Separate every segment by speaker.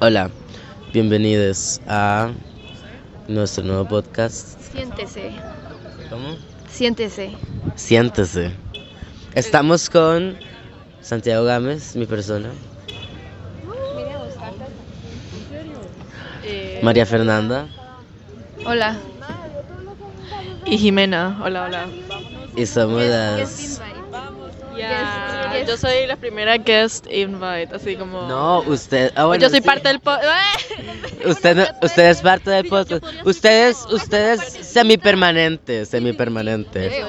Speaker 1: Hola, bienvenidos a nuestro nuevo podcast.
Speaker 2: Siéntese,
Speaker 1: ¿Cómo?
Speaker 2: siéntese.
Speaker 1: Siéntese. Estamos con Santiago Gámez, mi persona, María Fernanda
Speaker 2: Hola.
Speaker 3: Y Jimena, hola, hola.
Speaker 1: y somos las...
Speaker 2: Ya,
Speaker 3: Yo soy la primera guest invite, así como.
Speaker 1: No, usted... ah, bueno,
Speaker 3: yo soy
Speaker 1: sí.
Speaker 3: parte del po ¡Eh!
Speaker 1: Usted, no- usted es parte del podcast. Ustedes, ustedes semipermanente, semipermanente.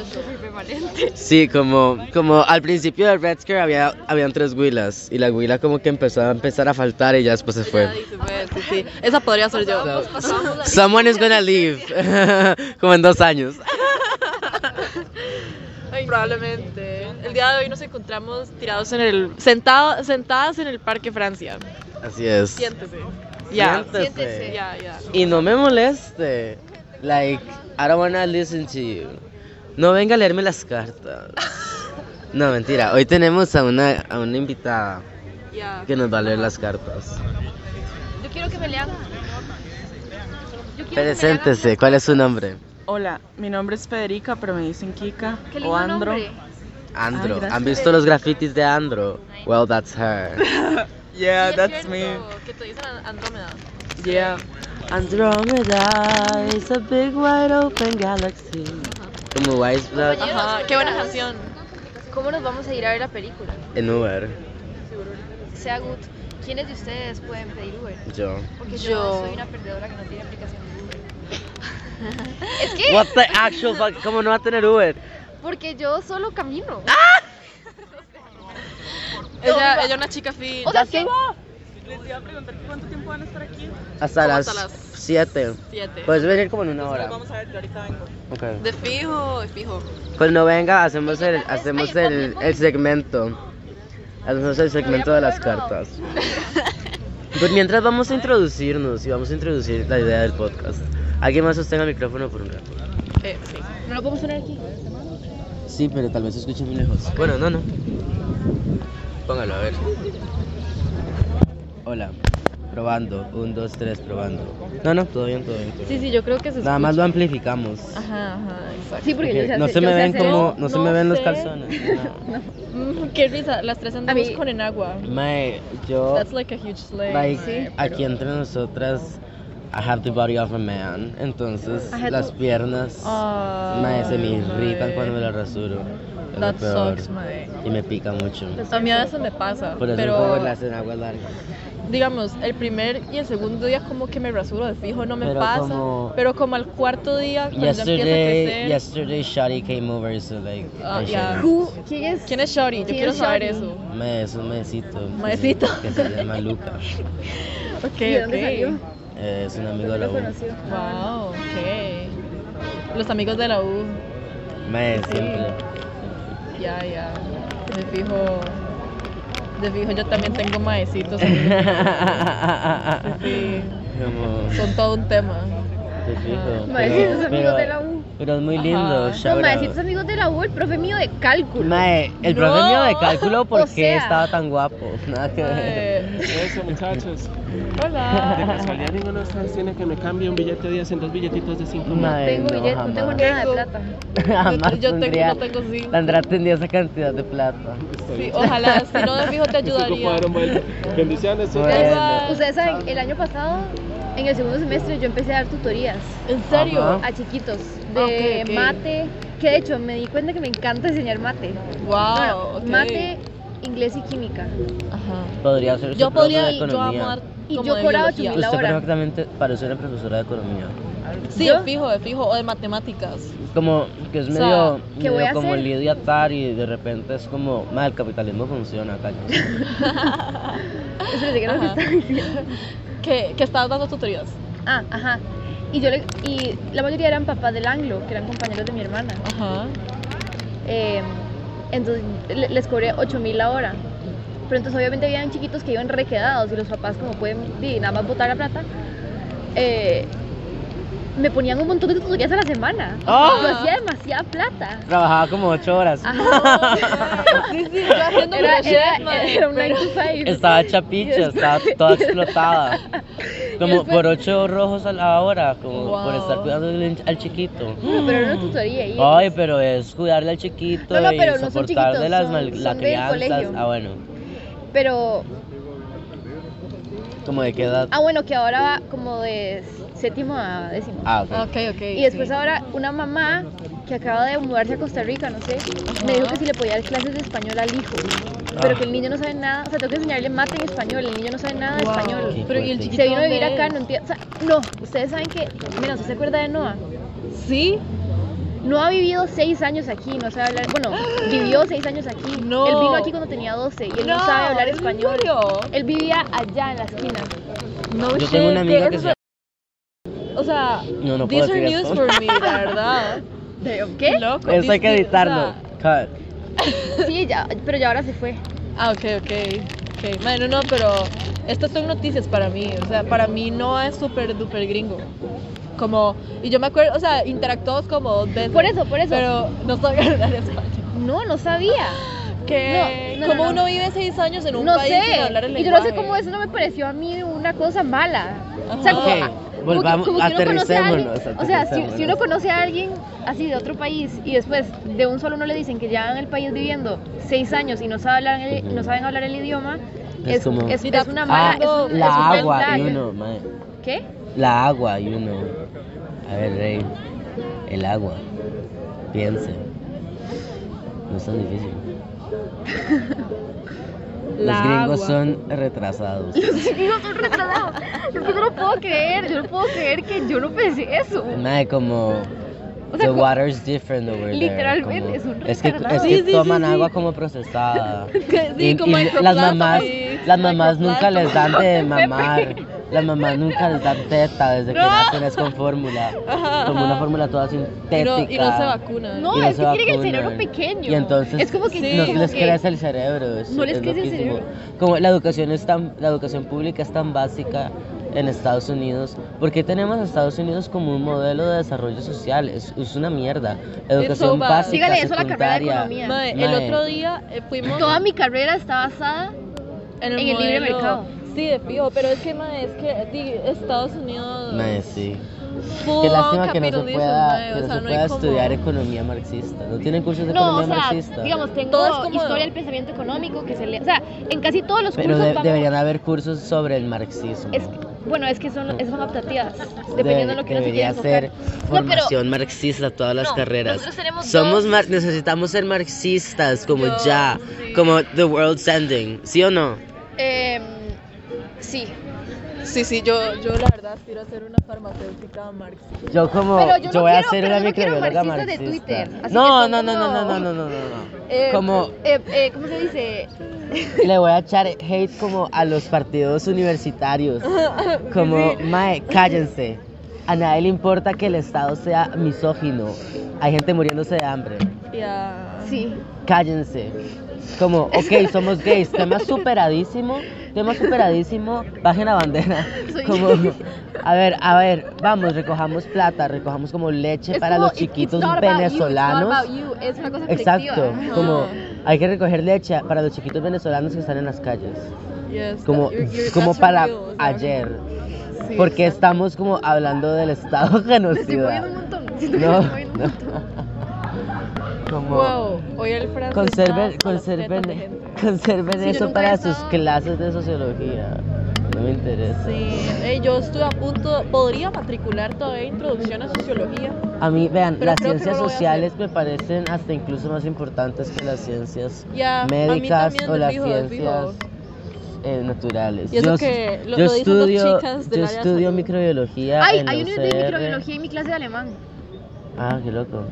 Speaker 1: Sí, como, como al principio del Red Scare había, habían tres huilas y la huila como que empezó a empezar a faltar y ya después se fue.
Speaker 3: Sí, sí. Esa podría ser yo.
Speaker 1: Someone is gonna leave. Como en dos años.
Speaker 3: Ay, probablemente. El día de hoy nos encontramos tirados en el. Sentado, sentadas en el Parque Francia.
Speaker 1: Así es.
Speaker 3: Siéntese. Ya.
Speaker 1: Siéntese.
Speaker 3: Ya, ya.
Speaker 1: Y no me moleste. Like, I don't wanna listen to you. No venga a leerme las cartas. No, mentira. Hoy tenemos a una, a una invitada
Speaker 3: Ya.
Speaker 1: que nos va a leer las cartas.
Speaker 2: Yo quiero que me lean. Yo quiero que me
Speaker 1: Preséntese, ¿cuál es su nombre?
Speaker 4: Hola, mi nombre es Federica, pero me dicen Kika
Speaker 2: lean- Qué
Speaker 4: o
Speaker 2: lindo
Speaker 4: Andro.
Speaker 2: nombre.
Speaker 1: Andro.
Speaker 4: Ay, gracias.
Speaker 1: ¿Han visto los grafitis de Andro? Well, that's her.
Speaker 4: Yeah,
Speaker 3: Sí, es
Speaker 4: that's
Speaker 3: cierto
Speaker 4: me.
Speaker 3: Que te dicen Andrómeda.
Speaker 4: Yeah. Andromeda is a big wide open galaxy.
Speaker 1: Como Wise Blood
Speaker 3: Ajá, qué buena canción.
Speaker 2: ¿Cómo nos vamos a ir a ver la película?
Speaker 1: en Uber.
Speaker 2: Sea Good. ¿Quiénes de ustedes pueden pedir Uber?
Speaker 1: Yo.
Speaker 2: Porque yo,
Speaker 3: Yo.
Speaker 2: soy una perdedora que no tiene aplicación de Uber. es que,
Speaker 1: What the actual fuck? ¿Cómo no va a tener Uber?
Speaker 2: porque yo solo camino.
Speaker 3: Ella, ella es una chica fit.
Speaker 2: O sea, que,
Speaker 4: Les iba a preguntar cuánto tiempo van a estar aquí.
Speaker 1: Hasta
Speaker 3: Como
Speaker 1: las
Speaker 3: hasta las
Speaker 1: 7.
Speaker 3: Siete.
Speaker 1: Puedes venir como en una hora.
Speaker 4: a ver, yo ahorita vengo.
Speaker 1: Okay.
Speaker 3: De fijo, de fijo.
Speaker 1: Cuando Pues venga, hacemos el, hacemos el, el segmento. Hacemos el segmento de las cartas. Pues mientras vamos a introducirnos y vamos a introducir la idea del podcast. Alguien más sostenga el micrófono por un rato.
Speaker 3: Eh, sí.
Speaker 2: ¿No lo podemos poner aquí?
Speaker 1: Sí, pero tal vez se escuche muy lejos. Bueno, no, no. Póngalo, a ver. Hola. Probando. Un, dos, tres, probando. No, no, todo bien, todo bien. todo bien.
Speaker 2: Sí, sí, yo creo que se
Speaker 1: Nada más lo amplificamos.
Speaker 3: Ajá, ajá, exacto.
Speaker 2: Sí, porque yo sé
Speaker 1: no
Speaker 2: hacer-
Speaker 1: se
Speaker 2: yo
Speaker 1: me
Speaker 2: sé
Speaker 1: ven
Speaker 2: hacer-
Speaker 1: como, no se me ven los
Speaker 3: sé.
Speaker 1: calzones. no.
Speaker 3: Mm, qué risa, las tres andamos
Speaker 2: mí-
Speaker 3: con en agua.
Speaker 1: Mae, yo,
Speaker 3: That's like a huge slay.
Speaker 1: Oh. like,
Speaker 3: mae,
Speaker 1: aquí entre nosotras, I have the body of a man. Entonces,
Speaker 2: Ajá,
Speaker 1: las
Speaker 2: tú-
Speaker 1: piernas,
Speaker 3: Ay,
Speaker 1: mae, se me irritan
Speaker 3: mae.
Speaker 1: cuando me las rasuro. Es lo
Speaker 3: Ah, That
Speaker 1: peor.
Speaker 3: sucks, mae.
Speaker 1: Y me pica mucho.
Speaker 2: Pues
Speaker 3: A mí a veces me pasa,
Speaker 1: Por eso
Speaker 3: pero
Speaker 1: pongo las en agua larga.
Speaker 3: digamos, el primer y el segundo día como que me rasuro de fijo, no me
Speaker 1: Pero
Speaker 3: pasa,
Speaker 1: como-
Speaker 3: pero como al cuarto día cuando ya empieza a
Speaker 1: Yesterday,
Speaker 3: crecer...
Speaker 1: yesterday, Shadi came over, so like,
Speaker 3: Ah,
Speaker 1: I
Speaker 3: yeah.
Speaker 1: shaved.
Speaker 2: Who- ¿Quién es?
Speaker 3: ¿Quién es Shorty? Yo
Speaker 2: ¿Quién
Speaker 3: quiero
Speaker 2: es
Speaker 3: saber
Speaker 2: Shorty?
Speaker 3: eso.
Speaker 1: Mae, es un maecito.
Speaker 3: Maecito.
Speaker 1: Que se llama Luca.
Speaker 3: Ok,
Speaker 2: ¿Y de dónde
Speaker 3: ok.
Speaker 2: salió?
Speaker 1: Eh, es un amigo de la U.
Speaker 3: Wow, ok. Los amigos de la U,
Speaker 1: Mae, siempre.
Speaker 3: ya, ya. De fijo, de fijo yo también tengo maecitos. ahí. Sí.
Speaker 1: Como-
Speaker 3: Son todo un tema.
Speaker 1: Te fijo,
Speaker 2: Maecitos
Speaker 1: pero-
Speaker 2: amigos
Speaker 1: pero-
Speaker 2: de la U.
Speaker 1: Pero es muy
Speaker 3: Ajá.
Speaker 1: lindo,
Speaker 3: Los
Speaker 1: shout out.
Speaker 2: maecitos amigos de la U, el profe mío de cálculo.
Speaker 1: Mae, el
Speaker 3: No.
Speaker 1: profe mío de cálculo, ¿por
Speaker 2: O
Speaker 1: qué
Speaker 2: sea.
Speaker 1: estaba tan guapo? Nada que ver.
Speaker 3: Eh,
Speaker 5: Eso, muchachos. De
Speaker 3: hola.
Speaker 5: casualidad, ninguno de ustedes tiene que me cambie un billete de 10 en dos billetitos de 5
Speaker 1: Mae,
Speaker 2: tengo
Speaker 1: no,
Speaker 2: billete, no
Speaker 1: jamás.
Speaker 2: tengo ni nada de plata.
Speaker 1: Jamás
Speaker 3: Yo- yo tengo-
Speaker 1: tendría-
Speaker 3: no tengo cinco.
Speaker 1: Tendrá tendría esa cantidad de plata.
Speaker 3: Sí, ojalá, si no de fijo te ayudaría.
Speaker 5: Bendiciones.
Speaker 1: Bueno.
Speaker 3: Igual.
Speaker 2: Ustedes saben, el año pasado, en el segundo semestre, yo empecé a dar tutorías
Speaker 3: ¿En serio?
Speaker 1: Ajá.
Speaker 2: a chiquitos de
Speaker 3: Ah, ok, ok.
Speaker 2: mate, que de hecho me di cuenta que me encanta enseñar mate.
Speaker 3: Wow.
Speaker 2: Bueno,
Speaker 3: Ah, ok.
Speaker 2: mate, inglés y química.
Speaker 3: Ajá.
Speaker 1: Podría ser su
Speaker 3: Yo
Speaker 1: profe
Speaker 3: podría,
Speaker 1: de
Speaker 3: yo amo
Speaker 1: economía.
Speaker 3: dar
Speaker 2: Y
Speaker 3: como
Speaker 2: yo
Speaker 3: de
Speaker 2: cobraba
Speaker 3: biología.
Speaker 2: chumila.
Speaker 1: Usted
Speaker 2: ahora.
Speaker 1: perfectamente parece una profesora de economía.
Speaker 3: Sí,
Speaker 2: Yo-
Speaker 3: de fijo, de fijo, o de matemáticas.
Speaker 1: Como que es
Speaker 3: O sea,
Speaker 1: medio,
Speaker 2: ¿qué voy
Speaker 1: medio
Speaker 2: a
Speaker 1: como
Speaker 2: hacer?
Speaker 1: Lidia Tar y de repente es como, mal, el capitalismo funciona, calla.
Speaker 2: Eso pensé que era lo que
Speaker 3: Ajá.
Speaker 2: estaba diciendo.
Speaker 3: Que, que estás dando tutorías.
Speaker 2: Ah, ajá. Y, yo le- y la mayoría eran papás del anglo, que eran compañeros de mi hermana.
Speaker 3: Ajá.
Speaker 2: Eh, entonces le- les cobré 8 mil la hora. Pero entonces obviamente habían chiquitos que iban requedados y los papás como pueden di, nada más botar la plata. eh, me ponían un montón de tutorías a la semana.
Speaker 1: Ah.
Speaker 2: Yo hacía demasiada plata.
Speaker 1: Trabajaba como ocho horas.
Speaker 2: Ajá.
Speaker 3: Sí, sí, yo haciendo
Speaker 2: Era,
Speaker 3: universidad,
Speaker 2: era,
Speaker 3: madre,
Speaker 2: era un 9
Speaker 3: pero-
Speaker 2: to 5.
Speaker 1: Estaba chapicha, estaba toda explotada. Como por ocho rojos a la hora, como por estar cuidando al- al chiquito.
Speaker 2: No, pero era una tutoría. y-
Speaker 1: Ay, pero es cuidarle al chiquito
Speaker 2: No, no,
Speaker 1: y
Speaker 2: pero no son
Speaker 1: soportar de
Speaker 2: chiquitos,
Speaker 1: las
Speaker 2: son-
Speaker 1: mal-
Speaker 2: son
Speaker 1: la
Speaker 2: del
Speaker 1: crianzas.
Speaker 2: colegio.
Speaker 1: Ah, bueno,
Speaker 2: Pero,
Speaker 1: como de qué edad.
Speaker 2: ah, bueno, que ahora va como de séptimo a décimo.
Speaker 1: Ah, ok.
Speaker 3: Ok, ok.
Speaker 2: Y después ahora una mamá que acaba de mudarse a Costa Rica, no sé, me dijo que si le podía dar clases de español al hijo, pero
Speaker 1: Ah.
Speaker 2: que el niño no sabe nada, o sea, tengo que enseñarle mate en español, el niño no sabe nada de
Speaker 3: Wow.
Speaker 2: español.
Speaker 1: Qué
Speaker 3: Pero y el
Speaker 1: fuerte.
Speaker 3: chiquito.
Speaker 2: Se vino a vivir
Speaker 3: dónde
Speaker 2: acá,
Speaker 3: es?
Speaker 2: no entiendo, o sea, no, ustedes saben que, mira, ¿usted se acuerda de Noah?
Speaker 3: Sí.
Speaker 2: No ha vivido seis años aquí, no sabe hablar, bueno, vivió seis años aquí,
Speaker 3: No.
Speaker 2: él vino aquí cuando tenía 12 y él no, sabe hablar
Speaker 3: ¿en
Speaker 2: español.
Speaker 3: serio?
Speaker 2: Él vivía allá en la esquina.
Speaker 3: No
Speaker 1: Yo
Speaker 3: shit,
Speaker 1: tengo una amiga
Speaker 3: eso
Speaker 1: que se
Speaker 3: es- O sea,
Speaker 1: No, no
Speaker 3: these
Speaker 1: puedo
Speaker 3: are
Speaker 1: decir
Speaker 3: news
Speaker 1: eso.
Speaker 3: for me, la verdad.
Speaker 2: ¿Qué?
Speaker 1: Eso
Speaker 3: Loco.
Speaker 1: hay
Speaker 3: these-
Speaker 1: que
Speaker 3: o sea-
Speaker 1: editarlo. Cut.
Speaker 2: Sí, ya, pero ya ahora se fue.
Speaker 3: Ah, ok, ok. okay. Bueno, no, pero estas son noticias para mí. O sea, para mí no es súper duper gringo. Como, y yo me acuerdo, o sea, interactuamos como dos veces.
Speaker 2: Por eso, por eso.
Speaker 3: Pero no sabía hablar español.
Speaker 2: No, no sabía.
Speaker 3: Que,
Speaker 2: No, no,
Speaker 3: como
Speaker 2: no, no.
Speaker 3: uno vive seis años en un
Speaker 2: no
Speaker 3: país
Speaker 2: sé.
Speaker 3: sin hablar el
Speaker 2: y yo no sé
Speaker 3: lenguaje?
Speaker 2: cómo eso no me pareció a mí una cosa mala. O sea,
Speaker 3: Ajá.
Speaker 2: como,
Speaker 1: Ok,
Speaker 2: como
Speaker 1: volvamos,
Speaker 2: que- como que uno conoce a alguien-
Speaker 1: aterricémonos,
Speaker 2: O sea, si, si uno
Speaker 1: aterricémonos.
Speaker 2: conoce a alguien así de otro país y después de un solo uno le dicen que ya en el país viviendo seis años y no, sabe hablar el-
Speaker 1: Ujú.
Speaker 2: no saben hablar el idioma,
Speaker 1: Es
Speaker 2: es,
Speaker 1: como-
Speaker 2: es-
Speaker 3: Mira,
Speaker 2: es una
Speaker 1: Ah,
Speaker 2: mala. es un- es un
Speaker 1: la
Speaker 2: red
Speaker 1: agua,
Speaker 2: flag.
Speaker 1: y uno, mae.
Speaker 2: ¿Qué?
Speaker 1: La agua, y uno. A ver, Rey. El agua. Piense. No es tan difícil. Los
Speaker 3: La
Speaker 1: gringos
Speaker 3: agua.
Speaker 1: son retrasados.
Speaker 2: Digo, son retrasados. Yo no lo puedo creer. Yo no puedo creer que yo no pensé eso.
Speaker 1: Mae, como.
Speaker 2: O sea,
Speaker 1: the
Speaker 2: co-
Speaker 1: water's different over there.
Speaker 2: Literalmente
Speaker 1: como-
Speaker 2: es un
Speaker 1: es que, es
Speaker 2: retardado.
Speaker 1: que
Speaker 3: Sí, sí,
Speaker 1: toman
Speaker 3: sí, sí.
Speaker 1: agua como procesada.
Speaker 3: Que sí, como
Speaker 1: las
Speaker 3: microplato,
Speaker 1: mamás,
Speaker 3: sí,
Speaker 1: las mamás nunca
Speaker 3: microplato.
Speaker 1: les dan de mamar. Las mamás nunca les dan teta desde que
Speaker 3: No.
Speaker 1: nacen, es con fórmula.
Speaker 3: Ajá,
Speaker 1: Como una
Speaker 3: ajá.
Speaker 1: fórmula toda
Speaker 3: Y
Speaker 1: sintética.
Speaker 3: no, y no se vacuna.
Speaker 2: No,
Speaker 1: y
Speaker 2: es que
Speaker 1: se
Speaker 2: tienen el cerebro
Speaker 1: vacunan.
Speaker 2: pequeño.
Speaker 1: Y entonces
Speaker 2: Es como que-
Speaker 3: Sí.
Speaker 1: no
Speaker 3: como
Speaker 1: les
Speaker 2: que-
Speaker 1: crece el cerebro. es-
Speaker 2: No les
Speaker 1: es
Speaker 2: crece el
Speaker 1: loquísimo.
Speaker 2: cerebro.
Speaker 1: Como la educación es tan, la educación pública es tan básica en Estados Unidos, ¿por qué tenemos a Estados Unidos como un modelo de desarrollo social? Es, es una mierda. Educación
Speaker 3: so bad.
Speaker 1: básica,
Speaker 2: Dígale eso a la carrera de
Speaker 1: secundaria.
Speaker 2: economía.
Speaker 3: Mae, el
Speaker 1: Mae.
Speaker 3: otro día eh, fuimos
Speaker 2: Toda mi carrera está basada
Speaker 3: en el,
Speaker 2: en el libre
Speaker 3: modelo-
Speaker 2: mercado.
Speaker 3: Sí, de fijo, pero es que mae, es que di, Estados Unidos
Speaker 1: Mae, sí.
Speaker 3: full
Speaker 1: Qué
Speaker 3: on
Speaker 1: lástima que no se
Speaker 3: capitalismo,
Speaker 1: pueda,
Speaker 3: mae,
Speaker 1: que
Speaker 3: o
Speaker 1: no
Speaker 3: sea,
Speaker 1: se
Speaker 3: no hay
Speaker 1: pueda
Speaker 3: como-
Speaker 1: estudiar economía marxista. No tienen cursos de
Speaker 2: No, o
Speaker 1: economía
Speaker 2: sea,
Speaker 1: marxista.
Speaker 2: digamos, tengo
Speaker 3: Todo es como-
Speaker 2: historia del pensamiento económico que se lee. O sea, en casi todos los
Speaker 1: Pero
Speaker 2: cursos
Speaker 1: de-
Speaker 2: vamos-
Speaker 1: deberían haber cursos sobre el marxismo.
Speaker 2: es- bueno, es que son, esas son optativas,
Speaker 1: Debe-
Speaker 2: dependiendo de lo que uno se
Speaker 1: debería
Speaker 2: quiera
Speaker 1: ser
Speaker 2: enfocar. No, pero
Speaker 1: formación marxista todas las
Speaker 2: No,
Speaker 1: carreras.
Speaker 2: nosotros tenemos
Speaker 1: Somos
Speaker 2: dos.
Speaker 1: mar- necesitamos ser marxistas como
Speaker 3: Yo,
Speaker 1: ya,
Speaker 3: sí.
Speaker 1: como the world's ending, ¿sí o no?
Speaker 2: em, sí.
Speaker 3: Sí, sí, yo, yo la verdad quiero hacer una farmacéutica marxista.
Speaker 1: Yo como
Speaker 2: Pero yo
Speaker 1: yo,
Speaker 2: no
Speaker 1: voy a
Speaker 2: quiero-
Speaker 1: ser
Speaker 2: pero
Speaker 1: una
Speaker 2: yo no quiero
Speaker 1: microbióloga
Speaker 2: marxistas de
Speaker 1: marxista.
Speaker 2: Twitter, así
Speaker 1: No,
Speaker 2: que
Speaker 1: no,
Speaker 2: son
Speaker 1: no, no, no, no,
Speaker 2: como-
Speaker 1: no, no, no.
Speaker 2: Eh,
Speaker 1: Como
Speaker 2: eh, eh, ¿Cómo se dice?
Speaker 1: le voy a echar hate como a los partidos universitarios. Como, mae, cállense. A nadie le importa que el Estado sea misógino. Hay gente muriéndose de hambre.
Speaker 3: Ya.
Speaker 2: Sí.
Speaker 1: cállense. Como, ok, somos gays, tema superadísimo, tema superadísimo, bajen la bandera.
Speaker 2: Soy
Speaker 1: Como, a ver, a ver, vamos, recojamos plata, recojamos como leche
Speaker 2: Es
Speaker 1: para
Speaker 2: como,
Speaker 1: los
Speaker 2: it's- it's
Speaker 1: chiquitos
Speaker 2: not about you, it's not
Speaker 1: venezolanos.
Speaker 2: about you, Es una cosa colectiva.
Speaker 1: Exacto,
Speaker 2: Ajá.
Speaker 1: como hay que recoger leche para los chiquitos venezolanos que están en las calles,
Speaker 3: Yes,
Speaker 1: como,
Speaker 3: that- you're- you're-
Speaker 1: como
Speaker 3: that's
Speaker 1: para
Speaker 3: real, o sea,
Speaker 1: ayer,
Speaker 3: sí,
Speaker 1: porque estamos como hablando del Estado
Speaker 2: Me estoy moviendo un
Speaker 1: genocida.
Speaker 2: montón. Siento que me
Speaker 1: No,
Speaker 2: estoy moviendo un
Speaker 1: no.
Speaker 2: montón.
Speaker 1: Como,
Speaker 3: Wow, hoy el francés.
Speaker 1: Conserven,
Speaker 3: está hasta las tetas de
Speaker 1: conserven,
Speaker 3: gente.
Speaker 1: conserven
Speaker 2: Sí, yo
Speaker 1: eso
Speaker 2: nunca
Speaker 1: para
Speaker 2: he
Speaker 1: sus
Speaker 2: estado-
Speaker 1: clases de sociología. No me interesa.
Speaker 3: Sí, eh, yo estuve a punto, podría matricular todavía introducción a sociología.
Speaker 1: A mí, vean,
Speaker 3: Pero
Speaker 1: las
Speaker 3: creo que
Speaker 1: ciencias
Speaker 3: no lo voy a
Speaker 1: sociales me parecen hasta incluso más importantes que las ciencias
Speaker 3: Ya, a
Speaker 1: médicas
Speaker 3: mí también
Speaker 1: o
Speaker 3: de
Speaker 1: las
Speaker 3: fijo, de
Speaker 1: ciencias
Speaker 3: fijo.
Speaker 1: eh, naturales.
Speaker 3: Y eso
Speaker 1: yo
Speaker 3: que lo-
Speaker 1: yo
Speaker 3: lo dicen dos
Speaker 1: estudio,
Speaker 3: chicas del
Speaker 1: yo
Speaker 3: área de
Speaker 1: estudio
Speaker 3: salud.
Speaker 1: microbiología.
Speaker 2: Ay,
Speaker 1: en la
Speaker 2: hay una de
Speaker 1: UCR.
Speaker 2: microbiología en mi clase de alemán.
Speaker 1: Ah, qué loco.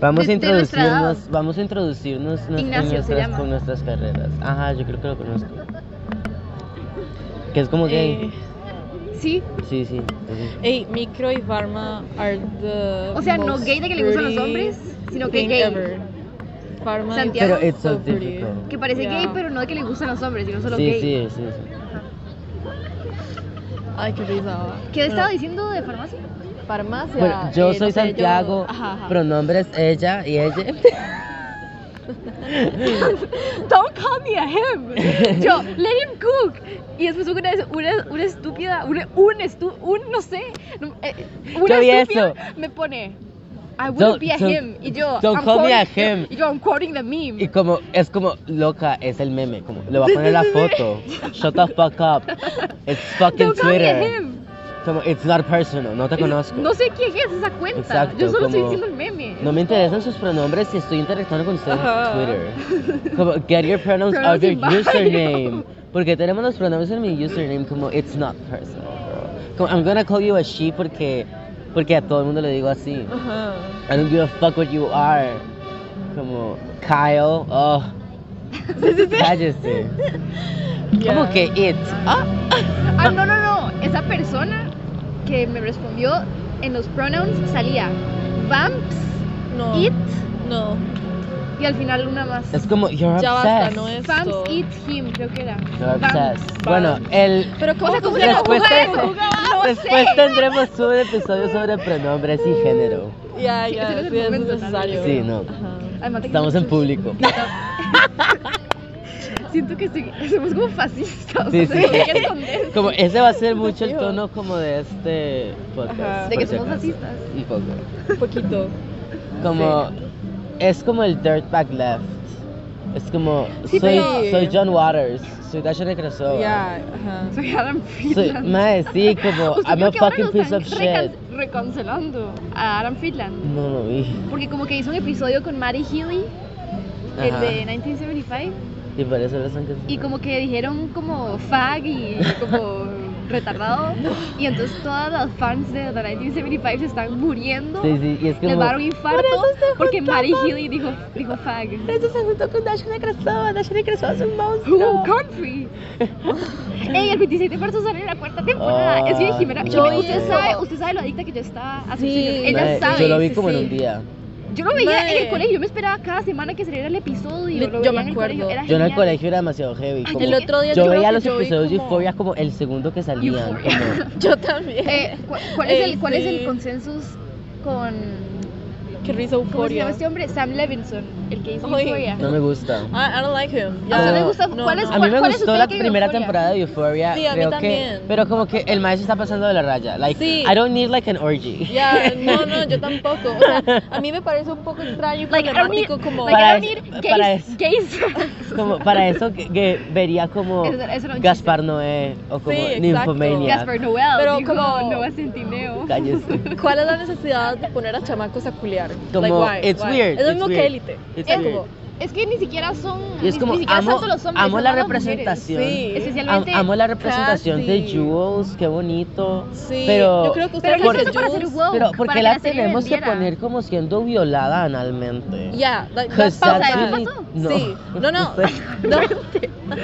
Speaker 1: Vamos a
Speaker 2: De- de nuestra edad.
Speaker 1: introducirnos, vamos a introducirnos nos- con
Speaker 2: Ignacio se
Speaker 1: nuestras,
Speaker 2: llama.
Speaker 1: con nuestras carreras. Ajá, yo creo que lo conozco. Que es como gay.
Speaker 3: Eh,
Speaker 2: Sí,
Speaker 1: Sí, sí. sí.
Speaker 3: Ey, micro y pharma are the
Speaker 2: o sea, no
Speaker 3: most
Speaker 2: gay de que le gustan los
Speaker 3: pretty
Speaker 2: hombres, sino que
Speaker 3: thing
Speaker 2: gay.
Speaker 3: ever. Pharma
Speaker 2: Santiago.
Speaker 1: Pero
Speaker 3: is
Speaker 1: it's so
Speaker 3: pretty.
Speaker 1: difficult.
Speaker 2: Que parece
Speaker 3: Ya.
Speaker 2: gay, pero no de que le gustan los hombres, sino solo
Speaker 1: Sí,
Speaker 2: gay.
Speaker 1: sí, sí, sí.
Speaker 3: Ay, qué risa.
Speaker 2: ¿Qué
Speaker 3: Bueno,
Speaker 2: estaba diciendo de farmacia?
Speaker 3: farmacia.
Speaker 1: Bueno, yo
Speaker 3: eh, no
Speaker 1: soy
Speaker 3: sé,
Speaker 1: Santiago,
Speaker 3: Ajá, ajá.
Speaker 1: pronombres ella y ella.
Speaker 2: Don't call me a him. Yo, let him cook. Y después una, una, una estúpida, una, un, estu, un, no sé, no, eh, una
Speaker 1: Yo vi
Speaker 2: estúpida
Speaker 1: eso.
Speaker 2: me pone, I
Speaker 1: Don't-
Speaker 2: wouldn't be a
Speaker 1: don't-
Speaker 2: him. Y yo,
Speaker 1: don't
Speaker 2: I'm
Speaker 1: call me a
Speaker 2: quoting- yo-
Speaker 1: him.
Speaker 2: Y yo, I'm quoting the meme.
Speaker 1: Y como, es como, loca, es el meme, como, le voy a poner la foto. Shut the fuck up. It's fucking
Speaker 2: don't call me a
Speaker 1: Twitter.
Speaker 2: him.
Speaker 1: Como, it's not personal, no te conozco.
Speaker 2: No sé quién es esa cuenta.
Speaker 1: Exacto,
Speaker 2: yo solo estoy
Speaker 1: como-
Speaker 2: diciendo el meme.
Speaker 1: No me interesan sus pronombres si estoy interactuando con ustedes
Speaker 3: Ajá.
Speaker 1: en Twitter. Como, get your pronouns out
Speaker 2: Pronouns
Speaker 1: your
Speaker 2: in bio.
Speaker 1: username. Porque tenemos los pronombres en mi username como, it's not personal, bro. Como, I'm gonna call you a she porque, porque a todo el mundo le digo así.
Speaker 3: Ajá.
Speaker 1: I don't give a fuck what you are. Como, Kyle, oh. Cállese.
Speaker 3: Ya.
Speaker 1: Como que it's oh.
Speaker 2: Ah, no, no, no. Esa persona que me respondió en los pronouns salía vamps,
Speaker 3: No.
Speaker 2: it
Speaker 3: No.
Speaker 2: y al final una más.
Speaker 1: Es como, you're
Speaker 3: Ya
Speaker 1: obsessed.
Speaker 3: basta, no es.
Speaker 2: Vamps
Speaker 3: esto.
Speaker 2: eat him, creo que era.
Speaker 1: You're
Speaker 2: Vamps.
Speaker 1: obsessed. Bueno, el.
Speaker 3: Pero ¿cómo
Speaker 2: O sea,
Speaker 3: se
Speaker 2: ¿cómo
Speaker 3: considera
Speaker 2: se
Speaker 1: Después,
Speaker 2: conjuga
Speaker 1: te-
Speaker 2: eso? No
Speaker 1: Ah, después
Speaker 2: sé.
Speaker 1: tendremos un episodio sobre pronombres y género.
Speaker 3: Ya,
Speaker 2: Sí,
Speaker 3: ya,
Speaker 2: ese es el
Speaker 3: sí, es
Speaker 2: momento, tal
Speaker 3: necesario.
Speaker 2: vez.
Speaker 1: Sí, no.
Speaker 3: Ajá.
Speaker 2: Además de que
Speaker 1: Estamos en
Speaker 2: somos-
Speaker 1: público.
Speaker 2: Siento que estoy- somos como fascistas.
Speaker 1: Sí,
Speaker 2: o sea,
Speaker 1: sí.
Speaker 2: como que esconder
Speaker 1: Como ese va a ser mucho el tono como de este podcast.
Speaker 3: Ajá.
Speaker 2: De
Speaker 1: por
Speaker 2: que
Speaker 1: si
Speaker 2: somos
Speaker 1: acaso.
Speaker 2: fascistas.
Speaker 1: Un poco.
Speaker 3: Un poquito.
Speaker 1: Como es como el dirtbag left. Es como
Speaker 3: Sí,
Speaker 1: soy,
Speaker 3: pero-
Speaker 1: soy John Waters, soy Dasha Krasowa.
Speaker 3: Ya, ajá.
Speaker 2: Soy Adam
Speaker 1: Soy,
Speaker 2: Friedland.
Speaker 1: mae, sí, como
Speaker 2: ¿Usted
Speaker 1: I'm
Speaker 2: vio
Speaker 1: a
Speaker 2: que ahora
Speaker 1: fucking
Speaker 2: lo
Speaker 1: piece
Speaker 2: están
Speaker 1: of shit. Mm.
Speaker 2: recan- Recancelando a Adam Friedland.
Speaker 1: No lo vi.
Speaker 2: Porque como que hizo un episodio con Mary Healy, el
Speaker 1: Ajá.
Speaker 2: de 1975.
Speaker 1: Y por eso lo están cancelando.
Speaker 2: Y como que dijeron como fag y como retardado. Y entonces todas las fans de The 1975 se están muriendo.
Speaker 1: Sí, sí, y es
Speaker 2: Les
Speaker 1: como.
Speaker 2: va a dar un infarto porque Mary Healy dijo, dijo fag.
Speaker 1: Eso se juntó con Dasha Krasowa. Dasha Krasowa es un
Speaker 2: Who country? Ey, el 27 de marzo sale la cuarta temporada.
Speaker 1: Ah,
Speaker 2: es bien Jimena.
Speaker 1: no.
Speaker 2: Yo,
Speaker 1: Yo
Speaker 2: usted,
Speaker 1: hice
Speaker 2: sabe,
Speaker 3: eso.
Speaker 2: usted sabe lo adicta que yo estaba a su
Speaker 3: Sí.
Speaker 2: señor. Ella
Speaker 1: Mae,
Speaker 2: sabe.
Speaker 1: Yo lo vi
Speaker 3: sí,
Speaker 1: como en
Speaker 3: sí.
Speaker 1: un día.
Speaker 2: Yo lo veía en
Speaker 3: Mae.
Speaker 2: el colegio. Yo me esperaba cada semana que saliera el episodio.
Speaker 3: Yo
Speaker 2: Lo veía
Speaker 3: me
Speaker 2: en el
Speaker 3: acuerdo.
Speaker 2: colegio, era
Speaker 1: Yo en el
Speaker 2: genial.
Speaker 1: colegio era demasiado heavy.
Speaker 2: Ay,
Speaker 1: como-
Speaker 3: El otro día
Speaker 1: yo,
Speaker 3: creo
Speaker 1: veía
Speaker 3: que
Speaker 1: los
Speaker 3: yo vi
Speaker 1: episodios de
Speaker 3: como-
Speaker 1: Euphoria como el segundo que salían.
Speaker 2: Euphoria.
Speaker 1: como-
Speaker 3: Yo también.
Speaker 2: Eh, ¿cu- ¿Cuál es
Speaker 3: Ey,
Speaker 2: el, cuál es el
Speaker 3: sí.
Speaker 2: consenso con.
Speaker 3: Qué risa
Speaker 2: ¿Cómo se llama
Speaker 3: euforia.
Speaker 2: este hombre? Sam Levinson, el que hizo
Speaker 3: Ay.
Speaker 2: Euphoria.
Speaker 1: No me gusta.
Speaker 3: I, I don't like him.
Speaker 1: Ah,
Speaker 2: ¿A usted
Speaker 1: no.
Speaker 2: le gusta?
Speaker 3: No,
Speaker 2: ¿Cuál es,
Speaker 3: no.
Speaker 1: A mí
Speaker 2: cuál-
Speaker 1: me
Speaker 2: cuál es
Speaker 1: gustó
Speaker 2: usted
Speaker 1: la
Speaker 2: que vio
Speaker 1: primera
Speaker 2: Euphoria?
Speaker 1: temporada de Euphoria.
Speaker 3: Sí, a mí
Speaker 1: creo que,
Speaker 3: también.
Speaker 1: pero como que el maestro está pasando de la raya. Like,
Speaker 3: Sí.
Speaker 1: I don't need like an orgy.
Speaker 3: Ya, no, no, yo tampoco. O sea, a mí me parece un poco extraño y
Speaker 2: Like, I don't need-
Speaker 3: problemático como...
Speaker 2: like,
Speaker 1: Para
Speaker 2: I
Speaker 1: eso-
Speaker 2: don't need
Speaker 1: para
Speaker 2: gays-
Speaker 1: eso.
Speaker 2: gays.
Speaker 1: Como para eso que, que vería como
Speaker 2: Eso- eso era un
Speaker 1: Gaspar Noé o como
Speaker 3: exacto.
Speaker 1: Nymphomania.
Speaker 2: Gaspar Noel,
Speaker 3: Pero
Speaker 2: dijo
Speaker 3: como-
Speaker 2: Noah Centineo.
Speaker 1: Cállese.
Speaker 3: ¿Cuál es la necesidad de poner a chamacos a culiar?
Speaker 1: Como, it's weird,
Speaker 3: Es lo
Speaker 1: it's
Speaker 3: mismo
Speaker 1: weird.
Speaker 3: que élite.
Speaker 1: It's
Speaker 3: Es
Speaker 1: weird.
Speaker 3: como,
Speaker 2: Es que ni siquiera son,
Speaker 1: Y es
Speaker 2: ni-
Speaker 1: como
Speaker 2: ni siquiera
Speaker 1: amo,
Speaker 2: tanto los hombres,
Speaker 1: amo
Speaker 2: son
Speaker 1: la
Speaker 2: más las
Speaker 1: representación.
Speaker 3: Sí.
Speaker 2: mujeres.
Speaker 1: Am-
Speaker 2: Especialmente
Speaker 1: amo la representación de
Speaker 3: Cassie.
Speaker 1: Jules, qué bonito.
Speaker 3: sí,
Speaker 1: Pero-
Speaker 3: yo creo que
Speaker 2: pero
Speaker 3: ustedes...
Speaker 2: no
Speaker 1: Por-
Speaker 2: es eso para ser woke,
Speaker 1: Pero
Speaker 2: para
Speaker 1: porque
Speaker 2: que
Speaker 1: la,
Speaker 2: serie
Speaker 1: tenemos que
Speaker 2: vendiera.
Speaker 1: poner como siendo violada analmente.
Speaker 3: Ya, like,
Speaker 1: Cause
Speaker 3: that's
Speaker 1: that's
Speaker 2: pausa, ¿eso
Speaker 3: bad.
Speaker 1: really-
Speaker 2: pasó?
Speaker 1: no. Pues,
Speaker 3: Sí. No, no. No,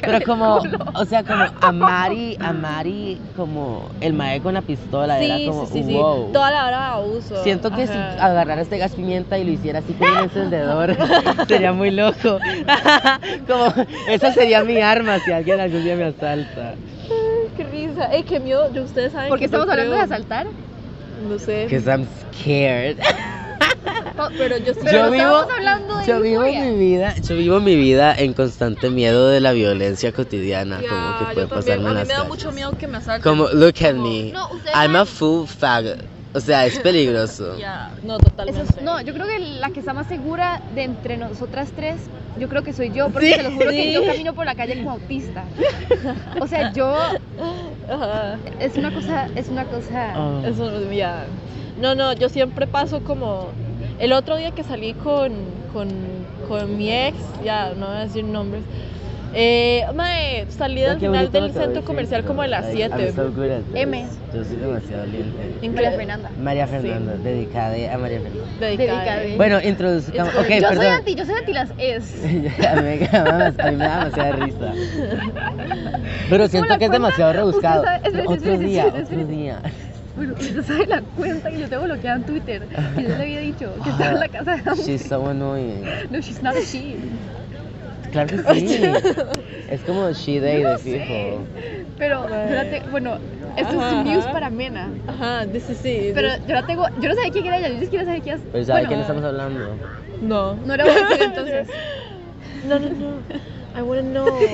Speaker 1: Pero como, o sea, como a Mari, a Mari, como el mae con la pistola,
Speaker 3: sí,
Speaker 1: era como,
Speaker 3: sí, sí, sí.
Speaker 1: wow.
Speaker 3: Toda la hora de abuso.
Speaker 1: Siento que
Speaker 3: Ajá.
Speaker 1: si agarrara este gas pimienta y lo hiciera así con un encendedor, sería muy loco. como, esa sería mi arma si alguien algún día me asalta.
Speaker 3: Qué risa. Ey, qué miedo. Yo- Ustedes saben
Speaker 2: Porque
Speaker 3: que yo
Speaker 2: estamos hablando de
Speaker 3: creo-
Speaker 2: asaltar.
Speaker 3: No sé.
Speaker 1: Because I'm scared.
Speaker 3: Pero yo sí.
Speaker 1: Yo
Speaker 2: Pero
Speaker 1: vivo-
Speaker 2: estamos hablando de
Speaker 1: Yo vivo
Speaker 2: Euphoria.
Speaker 1: mi vida, yo vivo mi vida en constante miedo de la violencia cotidiana,
Speaker 3: Ya,
Speaker 1: como que puede
Speaker 3: yo también.
Speaker 1: pasarme
Speaker 3: A
Speaker 1: en
Speaker 3: mí me
Speaker 1: las
Speaker 3: da
Speaker 1: calles.
Speaker 3: mucho miedo que me asalten.
Speaker 1: Como, look at me.
Speaker 2: No, ustedes
Speaker 1: I'm a
Speaker 2: saben-
Speaker 1: full fag. O sea, es peligroso.
Speaker 3: Ya, no,
Speaker 2: Eso
Speaker 3: totalmente.
Speaker 2: es- no, yo creo que la que está más segura de entre nosotras tres, yo creo que soy yo, porque se los juro que
Speaker 3: sí.
Speaker 2: yo camino por la calle como autista. O sea, yo
Speaker 3: Ajá.
Speaker 2: es una cosa, es una cosa.
Speaker 1: Ah.
Speaker 3: Eso, ya. No, no, yo siempre paso como. El otro día que salí con, con, con mi ex, ya, no voy a decir nombres. Eh, mae, salí
Speaker 1: Mira
Speaker 3: al
Speaker 1: qué
Speaker 3: final
Speaker 1: bonito lo que voy
Speaker 3: del centro
Speaker 1: diciendo.
Speaker 3: comercial como de las
Speaker 1: Ay,
Speaker 3: 7.
Speaker 1: I'm so good at this.
Speaker 2: M.
Speaker 1: Yo soy demasiado libre.
Speaker 3: ¿En
Speaker 2: María
Speaker 3: qué?
Speaker 2: Fernanda.
Speaker 1: María Fernanda, dedicada a María Fernanda.
Speaker 3: Dedicada.
Speaker 2: Dedicada.
Speaker 1: Bueno, introduzcamos.
Speaker 3: It's
Speaker 1: Ok,
Speaker 3: good.
Speaker 2: yo soy
Speaker 1: perdón.
Speaker 2: anti, yo soy anti las es.
Speaker 1: a, mí, me da dem- a mí me da demasiada risa. Pero siento que es demasiado rebuscado.
Speaker 2: Usted sabe- espérese,
Speaker 1: Otro
Speaker 2: espérese,
Speaker 1: día,
Speaker 2: espérese,
Speaker 1: otro día.
Speaker 2: Bueno, usted sabe la cuenta que yo tengo bloqueada en Twitter. Que yo le había dicho que estaba en la casa de Dante.
Speaker 1: She's so annoying.
Speaker 2: No, she's not a she.
Speaker 1: Claro que sí. es como she day de fijo.
Speaker 2: Pero yo la te- bueno, esto
Speaker 3: Ajá,
Speaker 2: es news
Speaker 3: ajá.
Speaker 2: para Mena.
Speaker 3: Ajá, this is it.
Speaker 2: Pero yo la tengo, yo no sabía quién era ella, yo ni siquiera sabía quién
Speaker 3: Pues
Speaker 1: Pero
Speaker 2: es.
Speaker 1: ¿sabes de
Speaker 2: bueno,
Speaker 1: quién estamos hablando?
Speaker 3: no.
Speaker 2: no era Valentina entonces.
Speaker 3: No, no, no. I wanna know. I
Speaker 2: No
Speaker 3: wanna
Speaker 2: sé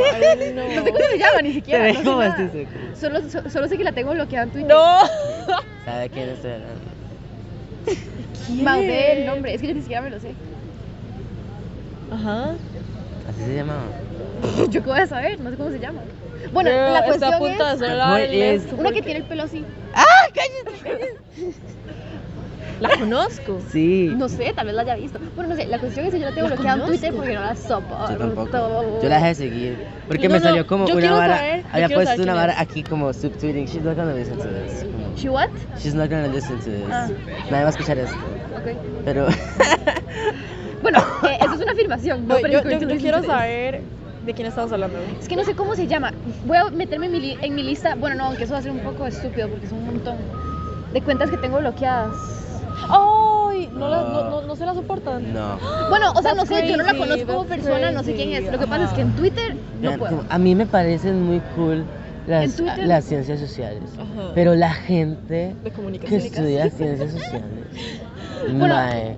Speaker 3: know.
Speaker 2: cómo se llama ni siquiera.
Speaker 1: ves
Speaker 2: No sé
Speaker 1: como
Speaker 2: nada.
Speaker 1: así, sí.
Speaker 2: Solo, so- solo sé que la tengo bloqueada en Twitter.
Speaker 3: No.
Speaker 1: ¿Sabe quién estoy hablando?
Speaker 2: Más de el nombre, es que yo ni siquiera me lo sé.
Speaker 3: Ajá.
Speaker 1: Así se llamaba.
Speaker 2: Yo qué voy a saber, no sé cómo se llama. Bueno,
Speaker 3: Girl,
Speaker 2: la
Speaker 3: está
Speaker 2: cuestión
Speaker 3: a punto de
Speaker 2: es
Speaker 3: hacer la
Speaker 1: What
Speaker 3: del
Speaker 1: is-
Speaker 3: Lens.
Speaker 2: una que tiene el pelo así.
Speaker 3: La conozco.
Speaker 1: Sí.
Speaker 2: No sé, tal vez la haya visto. Bueno, no sé, la cuestión es que yo la tengo
Speaker 3: La
Speaker 2: bloqueada en
Speaker 3: conozco.
Speaker 2: Twitter porque no la soporto.
Speaker 1: Yo tampoco. Yo la dejé de seguir. Porque
Speaker 3: No,
Speaker 1: me
Speaker 3: no,
Speaker 1: salió como
Speaker 3: yo
Speaker 1: una
Speaker 3: quiero
Speaker 1: vara.
Speaker 3: saber, yo
Speaker 1: había
Speaker 3: quiero saber
Speaker 1: puesto una
Speaker 3: quién
Speaker 1: vara
Speaker 3: es. Ah.
Speaker 1: aquí como subtweeting. She's not gonna listen to this. Como,
Speaker 2: ¿She what?
Speaker 1: She's not gonna listen to this.
Speaker 2: Ah.
Speaker 1: Nadie va a escuchar esto.
Speaker 2: Ok.
Speaker 1: Pero.
Speaker 2: Bueno, eh, eso es una afirmación. No,
Speaker 3: Yo, yo,
Speaker 2: pero
Speaker 3: yo
Speaker 2: es
Speaker 3: quiero
Speaker 2: interesante.
Speaker 3: saber de quién estamos hablando.
Speaker 2: Es que no sé cómo se llama. Voy a meterme en mi, li- en mi lista. Bueno, no, aunque eso va a ser un poco estúpido porque son un montón de cuentas que tengo bloqueadas.
Speaker 3: ¡Ay! No, la- no, no, no se la soportan.
Speaker 1: No.
Speaker 2: Bueno, o sea, no
Speaker 3: That's
Speaker 2: sé, yo no la
Speaker 3: crazy,
Speaker 2: conozco como
Speaker 3: that's
Speaker 2: persona, no sé quién es. Lo que pasa
Speaker 3: crazy,
Speaker 2: es que en Twitter no
Speaker 1: Vean,
Speaker 2: puedo.
Speaker 1: como, a mí me parecen muy cool las,
Speaker 2: ¿En Twitter?
Speaker 1: las ciencias sociales.
Speaker 3: Ajá.
Speaker 1: Pero la gente que
Speaker 3: De comunicación.
Speaker 1: estudia ciencias sociales.
Speaker 2: Bueno.
Speaker 1: mae,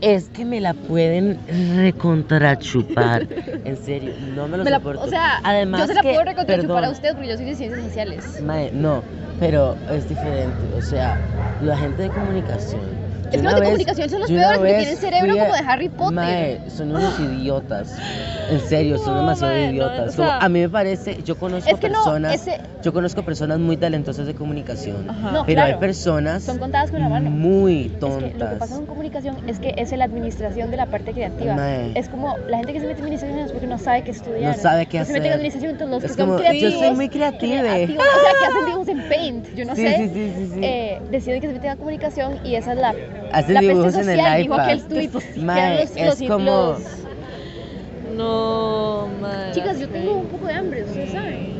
Speaker 1: es que me la pueden recontrachupar. En serio, no me lo
Speaker 2: Me la-
Speaker 1: soporto.
Speaker 2: o sea,
Speaker 1: Además
Speaker 2: yo se la
Speaker 1: que-
Speaker 2: puedo recontrachupar
Speaker 1: perdón,
Speaker 2: a usted porque yo soy de ciencias sociales.
Speaker 1: Mae, no, pero es diferente. O sea, la gente de comunicación. yo
Speaker 2: que
Speaker 1: una
Speaker 2: los de
Speaker 1: vez-
Speaker 2: comunicación son los
Speaker 1: yo una
Speaker 2: peores, porque
Speaker 1: vez
Speaker 2: tienen cerebro
Speaker 1: fui a-
Speaker 2: como de Harry Potter.
Speaker 1: Mae, son unos idiotas. En serio, son
Speaker 3: No,
Speaker 1: demasiado
Speaker 3: mae, no,
Speaker 1: idiotas.
Speaker 3: o
Speaker 1: Como,
Speaker 3: sea-
Speaker 1: a mí me parece, yo conozco
Speaker 2: Es que no,
Speaker 1: personas,
Speaker 2: ese-
Speaker 1: yo conozco personas muy talentosas de comunicación,
Speaker 3: Ajá.
Speaker 2: No,
Speaker 1: Ah, pero hay
Speaker 2: claro,
Speaker 1: personas
Speaker 2: Son contadas con la mano.
Speaker 1: muy
Speaker 2: Es que lo que
Speaker 1: tontas.
Speaker 2: pasa con comunicación es que es la administración de la parte creativa.
Speaker 1: Mae.
Speaker 2: Es como la gente que se mete en administración es porque no sabe qué estudiar.
Speaker 1: No sabe qué
Speaker 2: Y Se mete en
Speaker 1: hacer.
Speaker 2: administración, entonces los
Speaker 1: Es
Speaker 2: que son
Speaker 1: como, yo
Speaker 2: creativos.
Speaker 1: soy muy creativa.
Speaker 2: creativos, O sea, que hacen dibujos en paint, yo no
Speaker 1: Sí,
Speaker 2: sé.
Speaker 1: sí, sí, sí, sí.
Speaker 2: eh, deciden que se meten a comunicación y esa es la.
Speaker 1: Hacen
Speaker 2: la peste
Speaker 1: dibujos en el
Speaker 2: social, dijo
Speaker 1: iPad.
Speaker 2: aquel tuit, que eran
Speaker 1: Mae,
Speaker 2: los- los-
Speaker 1: es como-
Speaker 2: los-
Speaker 3: No, madre.
Speaker 2: Chicas, yo tengo un poco de hambre, ustedes saben.
Speaker 3: Eh,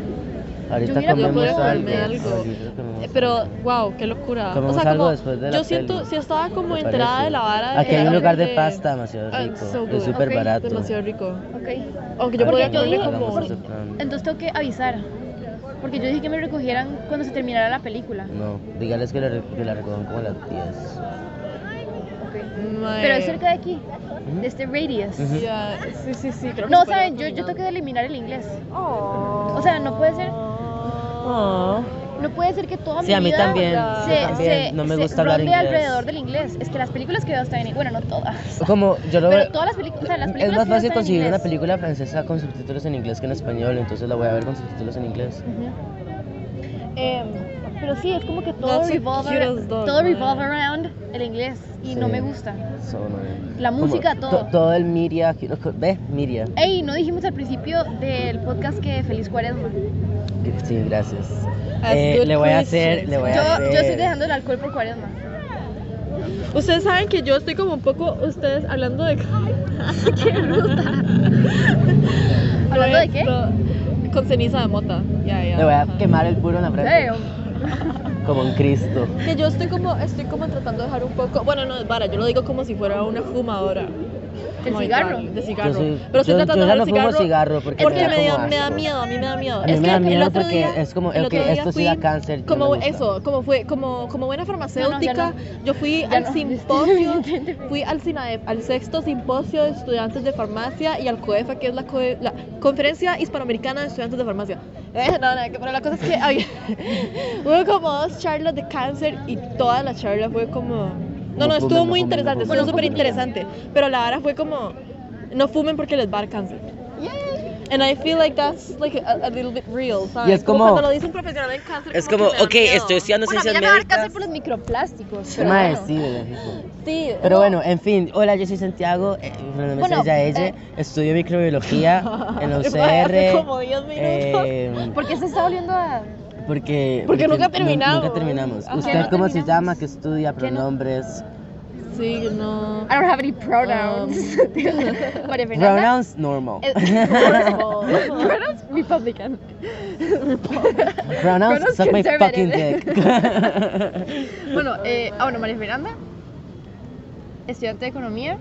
Speaker 1: Ahorita
Speaker 2: hubiera
Speaker 1: comemos
Speaker 2: podido
Speaker 1: algo.
Speaker 2: comerme
Speaker 3: algo.
Speaker 1: ahorita comemos
Speaker 3: Eh, Pero, wow, qué locura.
Speaker 1: Comemos
Speaker 3: o sea,
Speaker 1: algo
Speaker 3: como,
Speaker 1: después de la
Speaker 3: yo siento,
Speaker 1: peli,
Speaker 3: si estaba como
Speaker 1: me
Speaker 3: enterada
Speaker 1: parece.
Speaker 3: de la vara.
Speaker 1: Aquí hay un
Speaker 2: eh,
Speaker 3: de-
Speaker 1: lugar de pasta demasiado
Speaker 3: Ah,
Speaker 1: rico,
Speaker 3: so good.
Speaker 1: es súper
Speaker 2: Ok,
Speaker 1: barato.
Speaker 3: Demasiado rico.
Speaker 2: Ok.
Speaker 3: Aunque yo podría
Speaker 1: Ahorita
Speaker 3: comerme
Speaker 2: yo
Speaker 1: hagamos
Speaker 3: como.
Speaker 2: dije-
Speaker 1: ese plan.
Speaker 2: Entonces tengo que avisar. Porque yo dije que me recogieran cuando se terminara la película.
Speaker 1: No, dígales que la, re- que la recojan como a las 10.
Speaker 2: Ok.
Speaker 3: Mae.
Speaker 2: Pero es cerca de aquí, de este radius.
Speaker 1: Ujú.
Speaker 3: Ya, Sí, sí, sí. creo que
Speaker 2: No,
Speaker 3: se puede
Speaker 2: saben, yo,
Speaker 3: caminar.
Speaker 2: yo tengo que eliminar el inglés.
Speaker 3: Oh.
Speaker 2: O sea, no puede ser,
Speaker 3: Oh.
Speaker 2: no puede ser que toda
Speaker 1: Sí,
Speaker 2: mi
Speaker 1: a mí
Speaker 2: vida
Speaker 1: también,
Speaker 3: yo
Speaker 2: se,
Speaker 1: también,
Speaker 2: se-
Speaker 1: no me
Speaker 2: se
Speaker 1: gusta hablar
Speaker 2: rodee
Speaker 1: inglés.
Speaker 2: alrededor del inglés. Es que las películas que veo están en bueno, no todas.
Speaker 1: Como yo lo
Speaker 2: Pero
Speaker 1: veo.
Speaker 2: todas las películas, o sea, las
Speaker 1: Es
Speaker 2: películas
Speaker 1: más
Speaker 2: que veo
Speaker 1: fácil
Speaker 2: están en
Speaker 1: conseguir una
Speaker 2: inglés.
Speaker 1: película francesa con subtítulos en inglés que en español, entonces la voy a ver con subtítulos en inglés.
Speaker 2: Ujú. Em, pero sí, es como que todo,
Speaker 3: That's so
Speaker 2: revolve,
Speaker 3: cute as dog,
Speaker 2: todo
Speaker 3: man.
Speaker 2: revolve around el inglés y no
Speaker 1: Sí.
Speaker 2: me gusta.
Speaker 1: So annoying.
Speaker 2: La
Speaker 1: Como
Speaker 2: música,
Speaker 1: to-
Speaker 2: todo.
Speaker 1: todo el Miria, que- ¿ves? Miria.
Speaker 2: Ey, no dijimos al principio del podcast que feliz cuaresma.
Speaker 1: Sí, gracias.
Speaker 3: That's
Speaker 1: Eh,
Speaker 3: good
Speaker 1: le voy a
Speaker 3: Christian.
Speaker 1: hacer, le voy a
Speaker 2: Yo,
Speaker 1: hacer.
Speaker 2: yo estoy dejando el alcohol por cuaresma.
Speaker 3: Ustedes saben que yo estoy como un poco, ustedes hablando de...
Speaker 2: ¿Hablando de qué?
Speaker 3: Esto, Con ceniza de mota. Ya, ya.
Speaker 1: Le voy a
Speaker 3: ajá.
Speaker 1: quemar el puro en la frente,
Speaker 2: Ey,
Speaker 1: como un Cristo.
Speaker 3: Que yo estoy como, estoy como tratando de dejar un poco... Bueno, no, para, yo lo digo como si fuera una fumadora. Como de
Speaker 2: cigarro?
Speaker 3: cal- De
Speaker 1: Yo
Speaker 3: cigarro.
Speaker 1: soy-
Speaker 3: Pero estoy
Speaker 1: yo- yo
Speaker 3: tratando de
Speaker 1: ya
Speaker 3: dejar
Speaker 1: no
Speaker 3: el
Speaker 1: fumo
Speaker 3: cigarro.
Speaker 1: cigarro porque,
Speaker 3: porque
Speaker 1: me, da como
Speaker 3: da, me da
Speaker 1: asco.
Speaker 3: miedo, a mí me da miedo.
Speaker 1: A mí
Speaker 3: Es
Speaker 1: me
Speaker 3: que
Speaker 1: da
Speaker 3: el
Speaker 1: miedo
Speaker 3: otro
Speaker 1: porque
Speaker 3: día-
Speaker 1: es como,
Speaker 3: el
Speaker 1: ok,
Speaker 3: otro día
Speaker 1: esto sí da
Speaker 3: fui-
Speaker 1: cáncer, no
Speaker 3: Como
Speaker 1: me gusta.
Speaker 3: eso, como fue, como, como buena farmacéutica, yo fui
Speaker 2: Ya
Speaker 3: al
Speaker 2: no.
Speaker 3: simposio, fui al SINAEP, al sexto simposio de estudiantes de farmacia y al COEFA, que es la, COE- la conferencia hispanoamericana de estudiantes de farmacia. Eh, no, no, que- pero la cosa es que había- hubo como dos charlas de cáncer y toda la charla fue como, no,
Speaker 1: Como
Speaker 3: no,
Speaker 1: fumen,
Speaker 3: estuvo
Speaker 1: no fumen,
Speaker 3: muy
Speaker 1: no fumen,
Speaker 3: interesante, estuvo
Speaker 1: no
Speaker 3: súper
Speaker 1: fumen.
Speaker 3: interesante, pero la hora fue como, no fumen porque les va a dar cáncer. And I feel like that's like a, a little bit real, ¿sabes?
Speaker 1: Y es como-
Speaker 3: cuando lo dice un profesional del cáncer.
Speaker 1: Es como,
Speaker 3: que me da
Speaker 1: ok,
Speaker 3: miedo.
Speaker 1: estoy estudiando
Speaker 2: Bueno, a mí
Speaker 1: ciencias
Speaker 2: ya me va a dar cáncer
Speaker 1: médicas.
Speaker 2: por los microplásticos. pero
Speaker 1: Mae,
Speaker 2: bueno.
Speaker 1: sí, de fijo.
Speaker 3: Sí,
Speaker 1: Pero
Speaker 3: no,
Speaker 1: bueno, en fin, hola, yo soy Santiago, eh, mi nombre
Speaker 2: Bueno,
Speaker 1: es ella,
Speaker 2: eh.
Speaker 1: estudio microbiología en la UCR.
Speaker 3: Hace como 10 minutos.
Speaker 1: eh,
Speaker 2: ¿Por qué se está volviendo a.?
Speaker 1: porque,
Speaker 3: Porque nunca
Speaker 1: nu-
Speaker 3: terminamos.
Speaker 1: Nunca terminamos.
Speaker 3: Ajá.
Speaker 1: ¿Usted
Speaker 2: ¿Que no
Speaker 1: cómo se
Speaker 2: terminamos?
Speaker 1: llama? que estudia?
Speaker 2: ¿Que no?
Speaker 1: ¿Pronombres?
Speaker 3: Sí, no.
Speaker 2: I don't have any pronouns. María Fernanda.
Speaker 1: Pronouns normal.
Speaker 2: Eh, Es- Pronouns Republican.
Speaker 1: Pronouns
Speaker 2: pronouns
Speaker 1: suck my fucking dick.
Speaker 2: conservative. Bueno, eh, ah, bueno, María Fernanda. Estudiante de economía.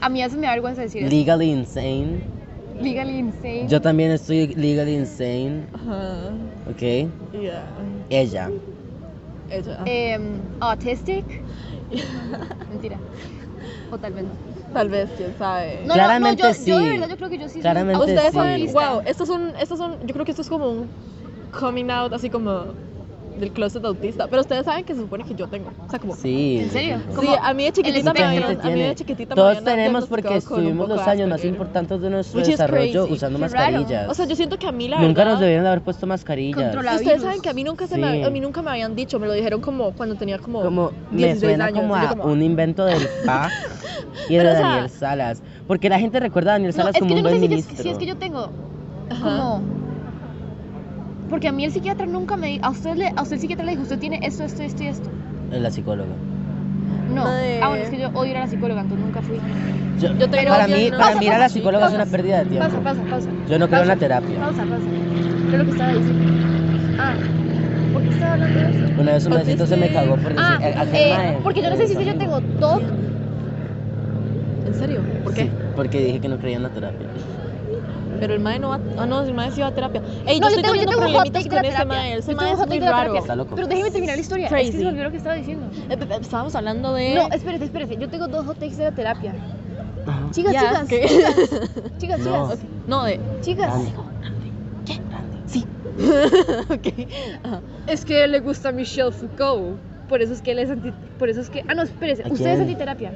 Speaker 2: A mí a veces me da vergüenza decir eso.
Speaker 1: Legally Insane.
Speaker 2: Legally insane.
Speaker 1: Yo también estoy legally insane.
Speaker 3: Ajá.
Speaker 1: Ok.
Speaker 3: Yeah. ah,
Speaker 1: Ella.
Speaker 3: Ella.
Speaker 2: Em, autistic. Mentira. O tal vez no.
Speaker 3: Tal vez, quién sabe.
Speaker 2: No,
Speaker 1: Claramente
Speaker 2: no, no, yo, yo de
Speaker 1: sí.
Speaker 2: verdad yo creo que yo sí soy
Speaker 1: Claramente
Speaker 2: autista.
Speaker 1: sí.
Speaker 3: Ustedes saben,
Speaker 1: Lista.
Speaker 3: wow, esto es un, esto es un, yo creo que esto es como un coming out así como del closet autista, pero ustedes saben que se supone que yo tengo, o sea como,
Speaker 1: Sí.
Speaker 2: ¿En serio?
Speaker 1: sí.
Speaker 3: sí, a mí de chiquitita me
Speaker 1: Mucha
Speaker 2: espectro.
Speaker 1: gente
Speaker 3: habían- a mí
Speaker 1: tiene.
Speaker 3: de chiquitita me
Speaker 1: Todos
Speaker 3: habían
Speaker 1: tenemos
Speaker 3: diagnosticado
Speaker 1: porque
Speaker 3: con un
Speaker 1: estuvimos los
Speaker 3: poco
Speaker 1: años más
Speaker 3: Asperger.
Speaker 1: importantes de nuestro
Speaker 3: Which is
Speaker 1: desarrollo
Speaker 3: crazy.
Speaker 1: usando
Speaker 2: Qué raro.
Speaker 1: mascarillas.
Speaker 3: O sea, yo siento que a mí la
Speaker 1: Nunca
Speaker 3: verdad,
Speaker 1: nos debieron de haber puesto mascarillas.
Speaker 2: Controlado. Coronavirus.
Speaker 3: Ustedes saben que a mí nunca se
Speaker 1: Sí.
Speaker 3: me, a mí nunca me habían dicho, me lo dijeron como cuando tenía como,
Speaker 1: Como me
Speaker 3: 16
Speaker 1: suena
Speaker 3: años,
Speaker 1: como
Speaker 3: yo
Speaker 1: a
Speaker 3: como-
Speaker 1: un invento del PA y de
Speaker 3: Pero, o sea-
Speaker 1: Daniel Salas. Porque la gente recuerda a Daniel
Speaker 2: No,
Speaker 1: Salas
Speaker 2: es que
Speaker 1: como
Speaker 2: yo
Speaker 1: un
Speaker 2: no
Speaker 1: buen
Speaker 2: sé si, yo-
Speaker 1: ministro.
Speaker 2: si es que yo tengo
Speaker 3: Ajá.
Speaker 2: como porque a mí el psiquiatra nunca me dijo, a usted le, a usted el psiquiatra le dijo, usted tiene esto, esto, esto y esto.
Speaker 1: Es La psicóloga.
Speaker 2: No.
Speaker 3: Madre.
Speaker 2: Ah, bueno, es que yo odio ir a la psicóloga, entonces nunca fui.
Speaker 1: Yo-
Speaker 3: Yo tengo-
Speaker 1: para
Speaker 3: yo
Speaker 1: mí,
Speaker 3: no-
Speaker 1: para
Speaker 2: Pausa,
Speaker 1: mí ir a la
Speaker 2: pausa,
Speaker 1: psicóloga es
Speaker 2: pausa.
Speaker 1: una pérdida de tiempo.
Speaker 2: Pasa, pasa, pasa.
Speaker 1: Yo no creo en la
Speaker 2: Pausa.
Speaker 1: terapia.
Speaker 2: Pausa, pausa. Yo lo que estaba diciendo. Ah, ¿por qué estaba hablando de eso?
Speaker 1: Una vez un
Speaker 2: Porque
Speaker 1: besito
Speaker 2: es
Speaker 1: se me
Speaker 2: que-
Speaker 1: cagó por decir.
Speaker 2: Ah,
Speaker 1: eh, aquel
Speaker 2: eh,
Speaker 1: mae,
Speaker 2: porque yo no sé si, si yo tengo TOC.
Speaker 3: ¿En serio? ¿Por qué?
Speaker 1: Sí, porque dije que no creía en la terapia.
Speaker 3: Pero el mae no va, ah no, el mae sí va a terapia. Ey,
Speaker 2: no,
Speaker 3: yo, estoy
Speaker 2: tengo,
Speaker 3: teniendo
Speaker 2: tengo un hot take
Speaker 3: problemitas
Speaker 2: de
Speaker 3: con
Speaker 2: la
Speaker 3: ese
Speaker 2: terapia.
Speaker 3: mae, ese
Speaker 2: Yo
Speaker 3: mae
Speaker 2: tengo un
Speaker 3: es
Speaker 2: hot
Speaker 3: muy
Speaker 2: take de la
Speaker 3: raro.
Speaker 2: terapia.
Speaker 1: Está loco.
Speaker 2: Pero déjeme terminar la historia. Es que
Speaker 3: Crazy.
Speaker 2: se me olvidó lo que estaba diciendo.
Speaker 3: Eh, pe- pe- Estábamos hablando de
Speaker 2: No, espérate, espérate. Yo tengo dos hot takes de la terapia.
Speaker 1: Ajá.
Speaker 2: Chicas,
Speaker 3: Ya,
Speaker 2: chicas,
Speaker 3: ¿qué?
Speaker 2: chicas, chicas,
Speaker 1: No.
Speaker 2: chicas,
Speaker 3: no de
Speaker 2: chicas.
Speaker 1: Dale.
Speaker 3: Ok. Ajá.
Speaker 2: Es que le gusta Michel Foucault. Por eso es que él es anti. Por eso es que. Ah, no, espérese.
Speaker 1: ¿A
Speaker 2: Usted es
Speaker 1: quién?
Speaker 2: antiterapia.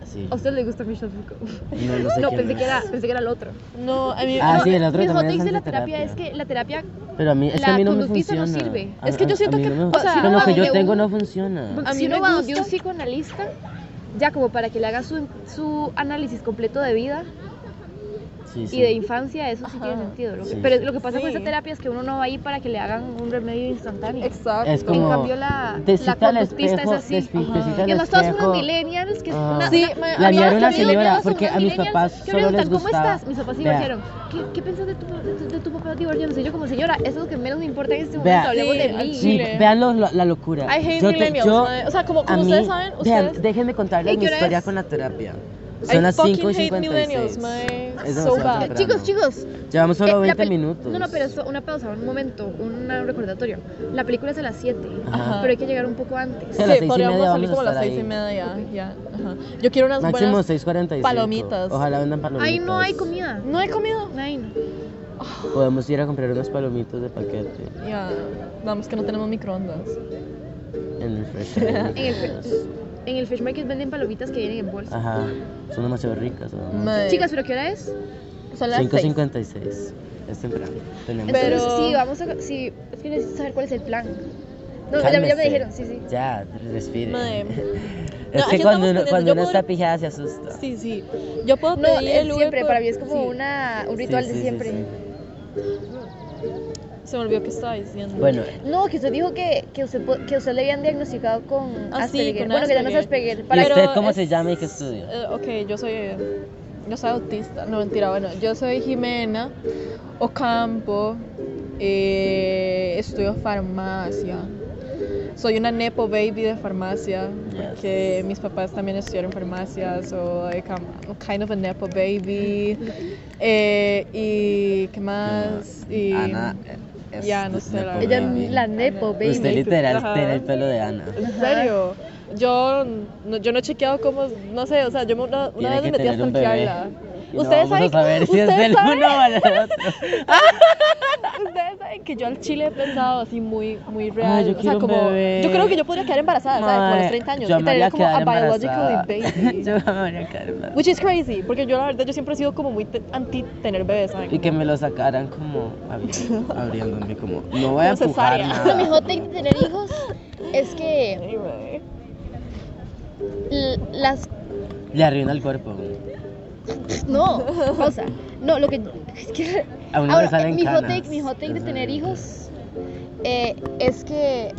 Speaker 1: Así.
Speaker 2: A usted le gusta Michel Foucault.
Speaker 1: No, no sé
Speaker 2: No,
Speaker 1: quién
Speaker 2: pensé
Speaker 1: es.
Speaker 2: que, era, pensé que era el otro.
Speaker 3: No, a mí
Speaker 1: Ah,
Speaker 2: No,
Speaker 1: sí, el otro
Speaker 2: mis hot
Speaker 1: también es
Speaker 2: takes de la terapia es
Speaker 1: antiterapia.
Speaker 2: que la terapia.
Speaker 1: Pero a mí, es que a mí
Speaker 2: la
Speaker 1: no me
Speaker 2: conductista no
Speaker 1: funciona.
Speaker 2: sirve.
Speaker 1: A-
Speaker 3: Es que yo
Speaker 1: a- a
Speaker 3: siento
Speaker 1: mí
Speaker 3: que-
Speaker 1: no me-
Speaker 3: o sea,
Speaker 1: con lo que
Speaker 2: donde
Speaker 1: yo tengo
Speaker 2: uno-
Speaker 1: no funciona.
Speaker 3: A
Speaker 2: si
Speaker 3: mí
Speaker 2: uno
Speaker 3: me
Speaker 2: va donde un
Speaker 3: gusta.
Speaker 2: psicoanalista, ya como para que le haga su, su análisis completo de vida
Speaker 1: Sí, sí.
Speaker 2: y de infancia, eso sí
Speaker 3: Ajá.
Speaker 2: tiene sentido. Lo que-
Speaker 1: Sí,
Speaker 2: pero
Speaker 1: sí.
Speaker 2: lo que pasa con
Speaker 3: Sí.
Speaker 2: esta terapia es que uno no va ahí para que le hagan un remedio instantáneo.
Speaker 3: Exacto.
Speaker 1: Es
Speaker 2: En
Speaker 1: como-
Speaker 2: cambio, la,
Speaker 1: Te
Speaker 2: la
Speaker 1: cita al
Speaker 2: conductista
Speaker 1: espejo,
Speaker 2: es así.
Speaker 1: te espi- te
Speaker 3: Ajá.
Speaker 1: cita al
Speaker 2: Y además todas unas
Speaker 1: espejo.
Speaker 2: millennials que es
Speaker 1: Ah.
Speaker 2: una...
Speaker 3: Sí, ma-
Speaker 1: La
Speaker 3: había-
Speaker 1: liaron una
Speaker 3: había-
Speaker 2: Amigos
Speaker 1: señora
Speaker 2: míos,
Speaker 1: porque a
Speaker 2: unas
Speaker 1: mis
Speaker 2: millennials,
Speaker 1: papás
Speaker 2: yo
Speaker 1: solo
Speaker 2: preguntan,
Speaker 1: les
Speaker 2: ¿cómo
Speaker 1: gustaba.
Speaker 2: estás? Mis papás se
Speaker 1: Vea,
Speaker 2: divorciaron. ¿Qué, ¿Qué pensás de tu, de, de tu papá divorciándose? Yo como señora, eso es lo que menos me importa en este momento,
Speaker 1: Vea,
Speaker 2: hablemos
Speaker 3: sí,
Speaker 2: de mí.
Speaker 1: sí,
Speaker 3: Chile.
Speaker 1: vean lo- la, la locura.
Speaker 3: I hate
Speaker 1: Yo te-
Speaker 3: millennials.
Speaker 1: yo-
Speaker 3: mae. o sea, como,
Speaker 1: a
Speaker 3: como
Speaker 1: mí-
Speaker 3: ustedes saben,
Speaker 1: vean,
Speaker 3: ustedes.
Speaker 1: déjenme contarles
Speaker 3: ¿Y
Speaker 1: mi
Speaker 3: qué hora
Speaker 1: historia
Speaker 3: es?
Speaker 1: con la terapia.
Speaker 3: I
Speaker 1: Son las
Speaker 3: fucking
Speaker 1: 5 y
Speaker 3: hate millennials,
Speaker 1: 56.
Speaker 3: mae.
Speaker 1: Es
Speaker 3: So
Speaker 1: demasiado
Speaker 3: bad.
Speaker 2: Eh,
Speaker 1: temprano.
Speaker 2: Chicos, chicos.
Speaker 1: Llevamos
Speaker 2: eh,
Speaker 1: solo
Speaker 2: la
Speaker 1: 20
Speaker 2: peli-
Speaker 1: minutos.
Speaker 2: No, no, pero eso, una pausa, un momento, un recordatorio. La película es a las 7,
Speaker 1: Ajá.
Speaker 2: pero hay que llegar un poco antes.
Speaker 1: Sí, a las seis y
Speaker 3: sí, podríamos
Speaker 1: media
Speaker 3: salir
Speaker 1: vamos a
Speaker 3: como a las
Speaker 1: estar
Speaker 3: seis y
Speaker 1: ahí.
Speaker 3: media ya. ya. Ajá. Yo quiero unas
Speaker 1: Máximo
Speaker 3: buenas.
Speaker 1: 6.45.
Speaker 3: palomitas.
Speaker 1: Ojalá vendan palomitas.
Speaker 2: Ahí no hay comida.
Speaker 3: No he comido.
Speaker 2: No hay.
Speaker 1: Podemos ir a comprar unos palomitos de paquete
Speaker 3: Ya. Vamos que no tenemos microondas.
Speaker 1: en el fresh.
Speaker 2: En el, fe- en el Fish Market venden palomitas que vienen en bolsa.
Speaker 1: Ajá. Son demasiado ricas. ¿no?
Speaker 3: Mae.
Speaker 2: Chicas, ¿pero qué hora es?
Speaker 3: son las seis.
Speaker 1: 5.56. Es temprano. Tenemos
Speaker 2: Entonces,
Speaker 3: Pero-
Speaker 2: sí, vamos a. Sí, es que necesito saber cuál es el plan. No, ya, me- ya
Speaker 1: Cálmese.
Speaker 2: me dijeron, sí, sí.
Speaker 1: Ya, respire.
Speaker 3: Mae.
Speaker 1: Es
Speaker 3: No,
Speaker 1: que cuando
Speaker 3: aquí estamos
Speaker 1: uno,
Speaker 3: poniendo-
Speaker 1: cuando
Speaker 3: yo
Speaker 1: uno
Speaker 3: puedo-
Speaker 1: está pijada se asusta.
Speaker 3: Sí, sí. Yo puedo
Speaker 2: No,
Speaker 3: pedir
Speaker 2: es
Speaker 3: el Uber
Speaker 2: siempre,
Speaker 3: por-
Speaker 2: para mí es como
Speaker 3: sí.
Speaker 2: una, un
Speaker 1: Sí,
Speaker 2: ritual
Speaker 1: sí,
Speaker 2: de
Speaker 1: sí,
Speaker 2: siempre.
Speaker 1: sí.
Speaker 3: Se me olvidó que estaba diciendo.
Speaker 1: Bueno,
Speaker 2: No, que usted dijo que, que, usted, po- que usted le habían diagnosticado con
Speaker 3: Ah, sí,
Speaker 2: Asperger.
Speaker 3: con
Speaker 2: bueno, que ya no es
Speaker 3: Asperger.
Speaker 2: Asperger.
Speaker 1: ¿y
Speaker 2: Para...
Speaker 3: Pero
Speaker 1: usted cómo se
Speaker 3: es-
Speaker 1: llama y qué estudia?
Speaker 3: Eh, ok, yo soy. eh, Yo soy autista. No, mentira. Bueno, yo soy Jimena Ocampo. eh, estudio farmacia. Soy una Nepo baby de farmacia.
Speaker 1: Yes.
Speaker 3: Porque mis papás también estudiaron farmacia. So like, I'm I'm kind of a Nepo baby. Eh, y. ¿Qué más? Y,
Speaker 1: Ana. eh, es-
Speaker 3: ya, no
Speaker 1: es
Speaker 3: sé, la
Speaker 1: nepo
Speaker 2: Ella
Speaker 1: baby.
Speaker 2: es la Nepo, baby.
Speaker 1: Usted literal
Speaker 3: Ajá.
Speaker 1: tiene el pelo de Ana.
Speaker 3: ¿En serio? Yo no, yo no he chequeado cómo, no sé, o sea, yo me- una, una
Speaker 1: Tiene
Speaker 3: vez
Speaker 1: que
Speaker 3: me metí a
Speaker 1: tener un bebé.
Speaker 3: stalkearla.
Speaker 1: Y
Speaker 3: Ustedes
Speaker 1: no vamos
Speaker 3: saben,
Speaker 1: a saber si es
Speaker 3: ustedes
Speaker 1: del
Speaker 3: saben-
Speaker 1: uno o del otro.
Speaker 3: Ustedes saben que yo al chile he pensado así muy, muy real.
Speaker 1: Ay, yo
Speaker 3: o
Speaker 1: quiero
Speaker 3: sea,
Speaker 1: un
Speaker 3: como,
Speaker 1: bebé.
Speaker 3: yo creo que yo podría quedar embarazada, ¿sabes? Como a
Speaker 1: Mae,
Speaker 3: los 30 años.
Speaker 1: Yo
Speaker 3: y
Speaker 1: me voy
Speaker 3: tener
Speaker 1: a
Speaker 3: como a
Speaker 1: quedar
Speaker 3: biologically
Speaker 1: embarazada.
Speaker 3: baby.
Speaker 1: Yo me voy a quedar embarazada.
Speaker 3: Which is crazy, porque yo la verdad yo siempre he sido como muy te- anti tener bebés, ¿saben?
Speaker 1: Y que me lo sacaran como abri- abriéndome, como no voy a
Speaker 3: Como
Speaker 1: empujar
Speaker 3: cesárea.
Speaker 2: Lo mejor
Speaker 1: nada.
Speaker 2: de tener hijos es que
Speaker 3: Ay, mae.
Speaker 2: l- las
Speaker 1: Le arruina el cuerpo.
Speaker 2: No, pausa. No, lo que. Es que
Speaker 1: A uno le
Speaker 3: eh,
Speaker 2: ahora,
Speaker 1: salen
Speaker 2: mi hot
Speaker 1: canas.
Speaker 2: take, mi hot take de
Speaker 1: Ajá.
Speaker 2: tener hijos eh, es que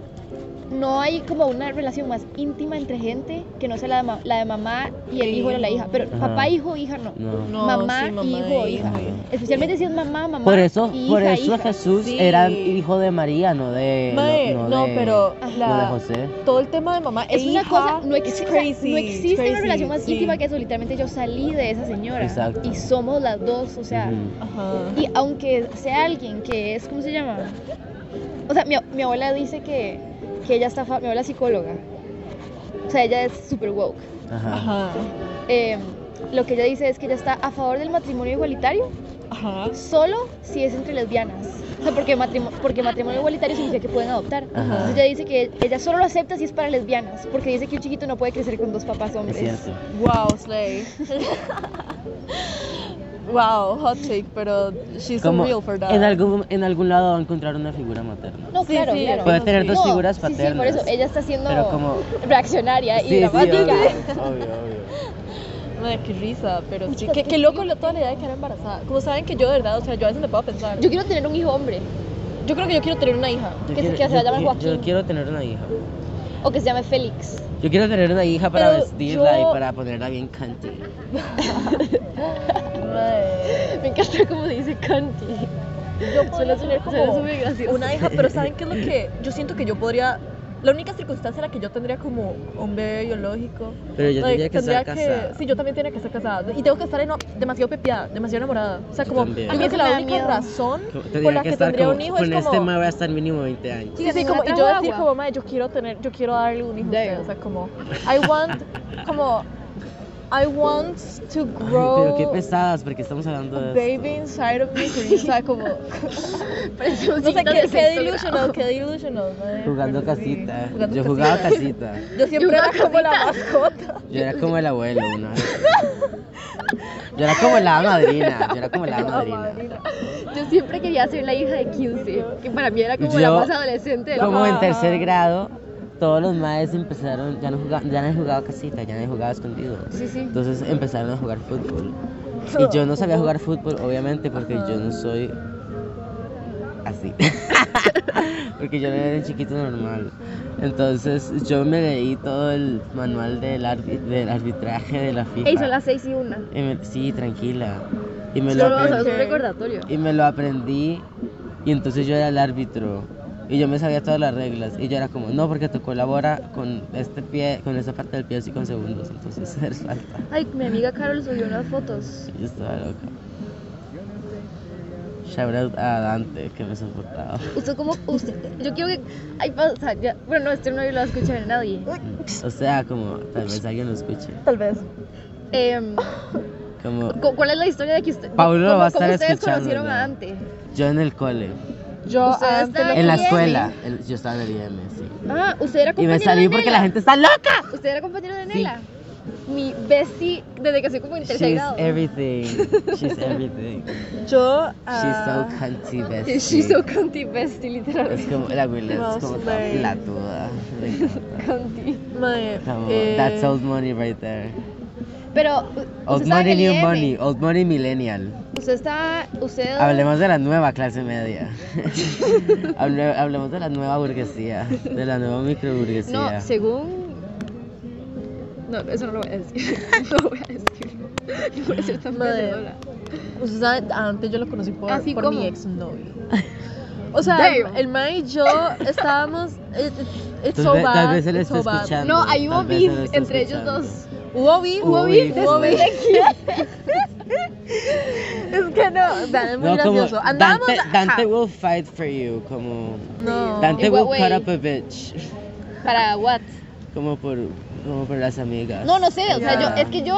Speaker 2: no hay como una relación más íntima entre gente que no sea la de, ma- la de mamá y el hijo o la hija. Pero
Speaker 1: Ajá.
Speaker 2: papá, hijo, hija no.
Speaker 1: No.
Speaker 3: No,
Speaker 2: mamá,
Speaker 3: sí, mamá,
Speaker 2: hijo o hija.
Speaker 3: hija.
Speaker 2: Especialmente si es mamá, mamá.
Speaker 1: Por eso,
Speaker 2: y
Speaker 1: por
Speaker 2: hija,
Speaker 1: eso
Speaker 2: hija.
Speaker 1: Jesús
Speaker 3: Sí.
Speaker 1: era hijo de María, no de.
Speaker 3: Mae,
Speaker 1: no,
Speaker 3: no,
Speaker 1: no Eh, de-
Speaker 3: pero
Speaker 1: no de
Speaker 3: la-
Speaker 1: José.
Speaker 3: Todo el tema de mamá e
Speaker 2: Es una
Speaker 3: hija,
Speaker 2: cosa, no, ex- o sea,
Speaker 3: crazy,
Speaker 2: no existe una
Speaker 3: crazy,
Speaker 2: relación más
Speaker 3: sí.
Speaker 2: íntima que eso. Literalmente yo salí de esa señora.
Speaker 1: Exacto.
Speaker 2: Y somos las dos, o sea.
Speaker 1: Ujú.
Speaker 3: Ajá.
Speaker 2: Y aunque sea alguien que es, ¿cómo se llama? O sea, mi, mi abuela dice que, que ella está, fa- mi abuela es psicóloga. O sea, ella es super woke.
Speaker 1: Ajá.
Speaker 3: Ajá.
Speaker 2: Eh, lo que ella dice es que ella está a favor del matrimonio igualitario
Speaker 3: Ajá.
Speaker 2: solo si es entre lesbianas. O sea, porque, matrimo- porque matrimonio igualitario significa que pueden adoptar.
Speaker 1: Ajá.
Speaker 2: Entonces ella dice que ella solo lo acepta si es para lesbianas, porque dice que un chiquito no puede crecer con dos papás
Speaker 1: Es
Speaker 2: hombres.
Speaker 1: cierto.
Speaker 3: Wow, Slay. wow, hot take, pero she's so
Speaker 1: Como
Speaker 3: real for that.
Speaker 1: en algún en algún lado va a encontrar una figura materna.
Speaker 2: No,
Speaker 3: Sí,
Speaker 2: claro,
Speaker 3: sí,
Speaker 2: claro.
Speaker 1: Puede tener
Speaker 3: sí.
Speaker 1: dos
Speaker 2: No,
Speaker 1: figuras
Speaker 2: sí, sí,
Speaker 1: paternas.
Speaker 2: por eso ella está siendo
Speaker 1: Pero como
Speaker 2: reaccionaria y dramática.
Speaker 1: obvio, obvio.
Speaker 3: Madre, qué risa, pero sí.
Speaker 2: Puta,
Speaker 3: Qué,
Speaker 2: qué
Speaker 3: qué loco lo- toda la idea de quedar embarazada. Como saben que yo, de verdad, o sea, yo a veces me puedo pensar.
Speaker 2: Yo quiero tener un hijo hombre
Speaker 3: Yo creo que yo quiero tener una hija.
Speaker 1: Yo
Speaker 2: Que se- que se va
Speaker 1: yo-
Speaker 2: a llamar
Speaker 1: yo- Yo
Speaker 2: Joaquín.
Speaker 1: quiero tener una hija.
Speaker 2: o que se llame Félix.
Speaker 1: Yo quiero tener una hija para
Speaker 3: Pero
Speaker 1: vestirla y
Speaker 3: yo-
Speaker 1: para ponerla bien canty.
Speaker 3: Madre.
Speaker 2: Me encanta cómo dice Canti.
Speaker 3: Yo podría tener
Speaker 2: suena
Speaker 3: como
Speaker 2: súper gracioso.
Speaker 3: una hija, pero ¿saben qué es lo que? Yo siento que yo podría. La única circunstancia en la que yo tendría como un bebé biológico.
Speaker 1: Pero yo tendría
Speaker 3: like,
Speaker 1: que estar casada.
Speaker 3: Sí, yo también tendría que estar casada. Y tengo que estar eno- demasiado pepiada, demasiado enamorada. O sea,
Speaker 1: Yo
Speaker 3: como.
Speaker 1: también.
Speaker 3: Yo creo que la
Speaker 2: Me da
Speaker 3: única
Speaker 2: miedo.
Speaker 3: razón
Speaker 1: Como-
Speaker 3: por
Speaker 1: Tendría
Speaker 3: la
Speaker 1: que
Speaker 3: que,
Speaker 1: estar
Speaker 3: tendría
Speaker 1: como,
Speaker 3: un hijo
Speaker 1: con
Speaker 3: es
Speaker 1: este
Speaker 3: como.
Speaker 1: me voy a estar mínimo 20 años.
Speaker 3: Sí, sí,
Speaker 2: me
Speaker 3: como,
Speaker 2: atrajo
Speaker 3: y yo decir
Speaker 2: agua.
Speaker 3: como, madre, yo quiero tener, yo quiero darle un hijo a usted",
Speaker 2: Damn.
Speaker 3: o sea, como, I want, como, I want to
Speaker 1: Ay,
Speaker 3: grow
Speaker 1: pero qué pesadas, porque estamos hablando
Speaker 3: a
Speaker 1: de
Speaker 3: baby inside of me, o sea, como, no
Speaker 6: Parece un
Speaker 3: sé,
Speaker 6: signo
Speaker 3: qué,
Speaker 6: de
Speaker 3: qué
Speaker 6: sexto
Speaker 3: delusional, qué delusional, madre,
Speaker 1: Jugando
Speaker 3: pero sí,
Speaker 1: casita.
Speaker 3: jugando
Speaker 1: Yo jugaba
Speaker 3: casita.
Speaker 1: casita.
Speaker 3: Yo siempre era como la mascota.
Speaker 1: Yo era como el abuelo una vez. Yo era como la madrina. Yo era como la madrina.
Speaker 6: grado. Yo siempre quería ser la hija de 15, que para mí era como la
Speaker 1: Yo-
Speaker 6: más adolescente del
Speaker 1: Como en
Speaker 3: Ajá.
Speaker 1: tercer grado, todos los maes empezaron, ya no jugaban, ya no han jugado casita, ya no han jugado escondido.
Speaker 6: Sí, sí.
Speaker 1: Entonces empezaron a jugar fútbol. Y yo no sabía jugar fútbol, obviamente, porque yo no soy así. porque yo no era un chiquito normal. Entonces yo me leí todo el manual del, arbi- del arbitraje de la FIFA.
Speaker 6: Ey, son las 6 y 1.
Speaker 1: Y me- sí, tranquila. Y me, lo
Speaker 6: Solo vamos a hacer
Speaker 1: aprendí,
Speaker 6: un recordatorio.
Speaker 1: y me lo aprendí. Y entonces yo era el árbitro. Y yo me sabía todas las reglas. Y yo era como, no, porque tú colabora con este pie, con esa parte del pie así con segundos. Entonces es falta.
Speaker 2: Ay, mi amiga Carol subió unas fotos.
Speaker 1: Yo estaba loca. Shout out a Dante que me soportaba.
Speaker 2: Usted como, usted, yo quiero que, ay, pasa, ya, bueno, no, este no lo va a escuchar nadie.
Speaker 1: O sea, como tal vez alguien lo escuche.
Speaker 3: Tal vez.
Speaker 2: Em,
Speaker 1: Como
Speaker 2: cu- ¿Cuál es la historia de que usted,
Speaker 1: Paulo
Speaker 2: cómo-
Speaker 1: va a
Speaker 2: cómo
Speaker 1: estar
Speaker 2: ustedes
Speaker 1: escuchando,
Speaker 2: conocieron
Speaker 1: ¿no?
Speaker 2: a Dante?
Speaker 1: yo en el cole,
Speaker 3: Yo ah,
Speaker 2: Ustedes
Speaker 3: antes
Speaker 2: estaban
Speaker 3: lo-
Speaker 1: en la
Speaker 2: IM.
Speaker 1: escuela, el- yo estaba en el IM, sí.
Speaker 2: Ah, usted era
Speaker 1: Y
Speaker 2: compañero
Speaker 1: me salí
Speaker 2: de
Speaker 1: porque
Speaker 2: Nela?
Speaker 1: la gente está loca.
Speaker 2: Usted era compañero de
Speaker 1: Sí.
Speaker 2: Nela. Mi bestie desde que soy como en tercer
Speaker 1: She's
Speaker 2: grado.
Speaker 1: everything. She's everything.
Speaker 3: Yo,
Speaker 1: She's so
Speaker 3: ah,
Speaker 1: cunty bestie.
Speaker 2: She's so cunty bestie, literalmente.
Speaker 1: Es como la Willa,
Speaker 3: No,
Speaker 1: es como
Speaker 3: sí,
Speaker 1: toda
Speaker 3: babe.
Speaker 1: platuda. Me encanta.
Speaker 2: Cunty.
Speaker 3: madre,
Speaker 1: Como,
Speaker 3: eh,
Speaker 1: Oh, That's old money right there.
Speaker 2: Pero,
Speaker 1: Old
Speaker 2: usted estaba en
Speaker 1: money,
Speaker 2: el
Speaker 1: new
Speaker 2: IM.
Speaker 1: money. Old money, millennial.
Speaker 2: Usted está, usted...
Speaker 1: Hablemos de la nueva clase media. Hable- hablemos de la nueva burguesía, de la nueva
Speaker 6: No,
Speaker 1: microburguesía.
Speaker 6: según. No, eso no lo voy a decir. no lo voy a decir. No voy a ser tan
Speaker 3: Madre.
Speaker 6: perdedora.
Speaker 3: Usted sabe, antes yo lo conocí por,
Speaker 6: Así
Speaker 3: por
Speaker 6: como.
Speaker 3: mi ex novio. O sea, el,
Speaker 6: Damn.
Speaker 3: el mae y yo estábamos. it- it- It's
Speaker 1: Tal
Speaker 3: so
Speaker 1: ve-
Speaker 3: bad.
Speaker 1: tal vez él
Speaker 3: it's
Speaker 1: está
Speaker 3: so bad.
Speaker 1: escuchando.
Speaker 6: No, hay
Speaker 1: tal
Speaker 6: hubo
Speaker 1: vez él
Speaker 6: beef
Speaker 1: está
Speaker 6: entre ellos
Speaker 1: escuchando.
Speaker 6: dos.
Speaker 3: Hubo beef,
Speaker 1: Hubo
Speaker 3: hubo beef,
Speaker 1: beef,
Speaker 3: hubo
Speaker 1: hubo
Speaker 3: beef.
Speaker 1: beef.
Speaker 3: Es que no, Dan es muy
Speaker 1: No, como
Speaker 3: gracioso. Andábamos.
Speaker 1: Dante, Dante
Speaker 3: ajá.
Speaker 1: will fight for you, como
Speaker 3: No.
Speaker 1: Dante
Speaker 2: ¿En what
Speaker 1: will cut
Speaker 2: way?
Speaker 1: up a bitch,
Speaker 2: ¿Para what?
Speaker 1: como por, como por las amigas.
Speaker 2: No, no sé, o sea,
Speaker 1: Ya.
Speaker 2: yo, es que yo...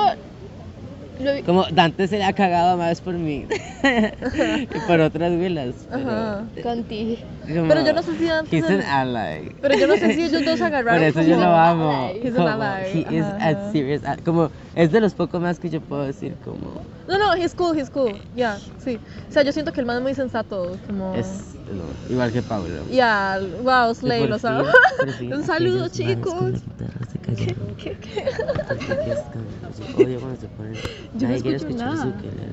Speaker 2: lo vi-
Speaker 1: Como Dante se le ha cagado más por mí y por otras Willas.
Speaker 3: Ajá.
Speaker 1: Pero,
Speaker 2: Conti.
Speaker 1: como,
Speaker 3: Pero yo no sé si Dante.
Speaker 1: He's an ally.
Speaker 3: Pero yo no sé si ellos dos
Speaker 1: Por
Speaker 3: agarraron.
Speaker 1: eso
Speaker 3: como-
Speaker 1: yo lo amo.
Speaker 3: ally. He's an
Speaker 1: Como,
Speaker 3: ally,
Speaker 1: he is
Speaker 3: ajá,
Speaker 1: a
Speaker 3: ajá.
Speaker 1: serious ally. Como, es de los pocos más que yo puedo decir, como.
Speaker 3: No, no, he's cool, he's cool. Ya, sí. O sea, yo siento que el man es muy sensato. Como.
Speaker 1: Es no, igual que Pablo.
Speaker 3: Ya,
Speaker 1: Que
Speaker 3: wow,
Speaker 1: por
Speaker 3: Slay, los
Speaker 1: fin-
Speaker 3: amo.
Speaker 1: por fin
Speaker 3: Un saludo,
Speaker 1: aquellos manes
Speaker 3: chicos.
Speaker 1: con las guitarras se callaron. Porque es como- yo odio cuando se ponen-
Speaker 6: Yo no
Speaker 1: nadie quiere
Speaker 6: escucho
Speaker 1: escuchar
Speaker 6: nada.
Speaker 1: su ukelele.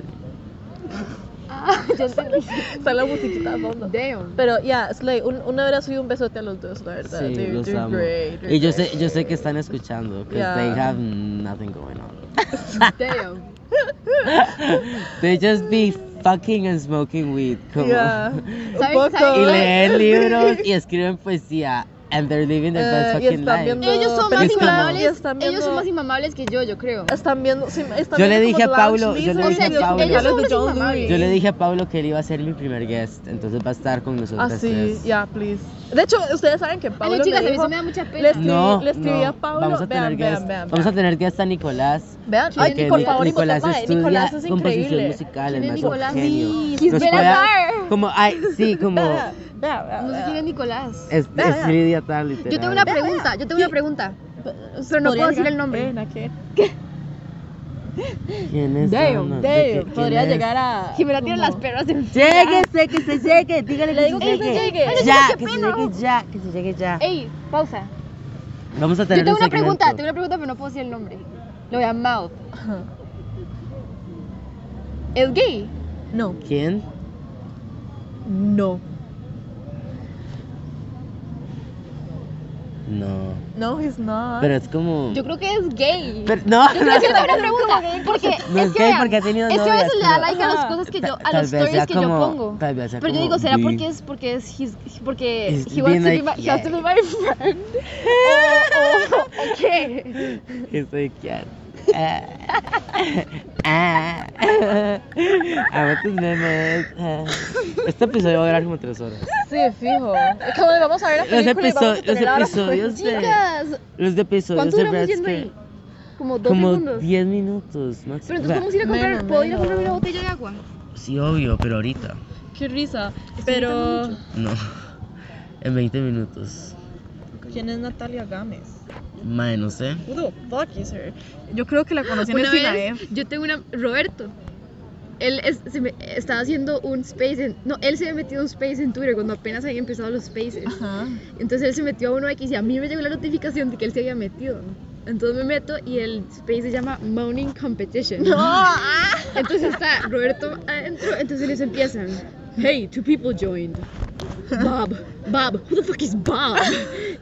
Speaker 2: Yo entendí.
Speaker 3: Está la musiquita a fondo.
Speaker 7: Damn.
Speaker 3: Pero ya, Slay, un, un abrazo y un besote a los dos, la verdad.
Speaker 1: Sí,
Speaker 3: They're-
Speaker 1: los
Speaker 3: they're
Speaker 1: amo.
Speaker 3: great, they're
Speaker 1: Y yo
Speaker 3: great.
Speaker 1: sé, yo sé que están escuchando, que
Speaker 3: Yeah.
Speaker 1: they have nothing going on.
Speaker 7: Damn.
Speaker 1: They just be fucking and smoking weed, como
Speaker 3: Yeah.
Speaker 7: ¿Saben-
Speaker 3: Un poco.
Speaker 7: saben-
Speaker 1: y leen libros y escriben poesía and they're living their
Speaker 3: Eh,
Speaker 1: best
Speaker 3: y
Speaker 1: fucking
Speaker 3: están
Speaker 1: life.
Speaker 3: viendo
Speaker 2: Ellos son más
Speaker 1: películas.
Speaker 3: películas, y
Speaker 2: inmamables.
Speaker 3: están viendo
Speaker 2: Ellos son más inmamables que yo, yo creo.
Speaker 3: están viendo, sí, están
Speaker 1: Yo le
Speaker 3: viendo
Speaker 1: dije a
Speaker 3: como
Speaker 1: Paulo,
Speaker 3: Lounge
Speaker 1: yo le
Speaker 3: Lizard
Speaker 1: dije a
Speaker 3: y los
Speaker 1: Paulo.
Speaker 3: documentales
Speaker 2: Ellos
Speaker 3: de
Speaker 2: son
Speaker 3: John Lewis.
Speaker 2: inmamables.
Speaker 1: Yo le dije a Pablo que él iba a ser mi primer guest, entonces va a estar con nosotros.
Speaker 3: Ah, sí, ya, please. De hecho, ustedes saben que
Speaker 2: Ay,
Speaker 3: Paulo
Speaker 2: no, chicas,
Speaker 3: me
Speaker 2: a mí
Speaker 3: dijo,
Speaker 2: se me da mucha
Speaker 3: le
Speaker 2: pena.
Speaker 3: escribí,
Speaker 1: No,
Speaker 3: le escribí
Speaker 1: no,
Speaker 3: a Paulo,
Speaker 1: vamos a tener
Speaker 3: vean,
Speaker 1: guest,
Speaker 3: vean, vean,
Speaker 1: vamos a
Speaker 3: vean.
Speaker 1: tener guest a Nicolás.
Speaker 3: Vean,
Speaker 2: ¿Quién
Speaker 3: ay,
Speaker 1: porque
Speaker 2: es
Speaker 3: por
Speaker 1: Ni-
Speaker 3: favor,
Speaker 1: Nicolás,
Speaker 3: Nicolás, mae,
Speaker 1: estudia
Speaker 3: Nicolás es
Speaker 1: composición
Speaker 3: increíble.
Speaker 1: musical, el
Speaker 2: ¿Quién es
Speaker 1: más
Speaker 2: Nicolás?
Speaker 1: genio.
Speaker 2: Sí,
Speaker 1: Nos
Speaker 2: Gisbela
Speaker 1: puede-
Speaker 2: Barr.
Speaker 1: como, ay, sí, como
Speaker 3: Vea, vea, vea,
Speaker 2: No sé
Speaker 3: vea.
Speaker 2: quién es Nicolás.
Speaker 1: es,
Speaker 3: Vea,
Speaker 1: es
Speaker 3: vea.
Speaker 1: Lidia tal, literal.
Speaker 2: Yo tengo una pregunta, yo tengo una pregunta. Pero no puedo decir el nombre.
Speaker 3: Pena, ¿qué?
Speaker 1: ¿Quién es?
Speaker 3: Damn,
Speaker 1: Ana? ¿De qué-
Speaker 3: damn.
Speaker 1: quién
Speaker 3: Podría
Speaker 1: es?
Speaker 3: llegar a.
Speaker 2: Jimena tiene las
Speaker 3: penas.
Speaker 2: perras de
Speaker 8: Lléguese, que se llegue, dígale
Speaker 3: Le
Speaker 8: que
Speaker 3: digo que
Speaker 8: se
Speaker 3: se
Speaker 8: llegue.
Speaker 3: llegue.
Speaker 8: Ya,
Speaker 2: Ay,
Speaker 8: que
Speaker 2: no,
Speaker 8: se
Speaker 2: qué pena.
Speaker 8: llegue ya, que se llegue ya.
Speaker 2: Ey, pausa.
Speaker 1: Vamos a
Speaker 2: Yo
Speaker 1: tener
Speaker 2: tengo
Speaker 1: un
Speaker 2: una pregunta,
Speaker 1: segmento.
Speaker 2: tengo una pregunta, pero no puedo decir el nombre. Lo voy a Mouth. ¿Es gay?
Speaker 3: No,
Speaker 1: ¿Quién?
Speaker 3: no,
Speaker 1: No.
Speaker 3: no, he's not.
Speaker 1: Pero es como.
Speaker 2: Yo creo que es gay.
Speaker 1: Pero- no,
Speaker 2: Yo creo que es una pregunta, porque
Speaker 1: No
Speaker 2: es
Speaker 1: es
Speaker 2: que,
Speaker 1: gay
Speaker 2: vean,
Speaker 1: porque ha tenido
Speaker 2: es que a
Speaker 1: novias,
Speaker 2: veces le da
Speaker 1: pero-
Speaker 2: like a las
Speaker 3: Ajá.
Speaker 2: cosas que yo,
Speaker 1: Ta-
Speaker 2: a
Speaker 1: tal
Speaker 2: las
Speaker 1: vez
Speaker 2: stories
Speaker 1: sea
Speaker 2: que
Speaker 1: como-
Speaker 2: yo pongo.
Speaker 1: tal vez sea
Speaker 2: Pero yo
Speaker 1: como
Speaker 2: digo, ¿será
Speaker 1: bi.
Speaker 2: porque es porque es his- porque
Speaker 1: He's
Speaker 2: he
Speaker 1: being
Speaker 2: wants to be my,
Speaker 1: like,
Speaker 2: he wants to be my friend? o, o, o qué?
Speaker 1: Que soy quién. Ah. Ah. Amo tus memes. Ah. Este episodio va a durar como tres horas.
Speaker 3: Sí, fijo. Es como de, vamos a ver la
Speaker 1: Los,
Speaker 3: película y vamos a
Speaker 1: episo- los
Speaker 3: tener la hora
Speaker 1: episodios de.
Speaker 2: Chicas,
Speaker 1: Los episodios
Speaker 2: ¿cuánto
Speaker 1: de
Speaker 2: duramos
Speaker 1: Red
Speaker 2: yendo ahí?
Speaker 1: Scare-
Speaker 2: Como dos
Speaker 1: Como
Speaker 2: segundos.
Speaker 1: 10 minutos máximo.
Speaker 2: Pero
Speaker 1: O sea,
Speaker 2: entonces, ¿cómo ir a comprar?
Speaker 3: menos,
Speaker 2: ¿Puedo ir a
Speaker 3: menos.
Speaker 2: comprar una botella de agua?
Speaker 1: Sí, obvio, pero ahorita.
Speaker 3: Qué risa. Pero.
Speaker 1: No. En 20 minutos.
Speaker 3: ¿Quién es Natalia Gámez?
Speaker 1: Mae, no sé.
Speaker 3: Who the fuck is her? Yo creo que la conocí en
Speaker 2: Una
Speaker 3: el
Speaker 2: vez,
Speaker 3: Sinaef.
Speaker 2: yo tengo una. Roberto. Él es- se me- estaba haciendo un space. En, no, él se había metido un space en Twitter cuando apenas habían empezado los spaces.
Speaker 3: Ajá.
Speaker 2: Entonces él se metió a uno X y a mí me llegó la notificación de que él se había metido. Entonces me meto y el space se llama Moaning Competition.
Speaker 3: ah.
Speaker 2: Entonces está Roberto adentro, entonces ellos empiezan. Hey, two people joined. Bob, Bob, who the fuck is Bob?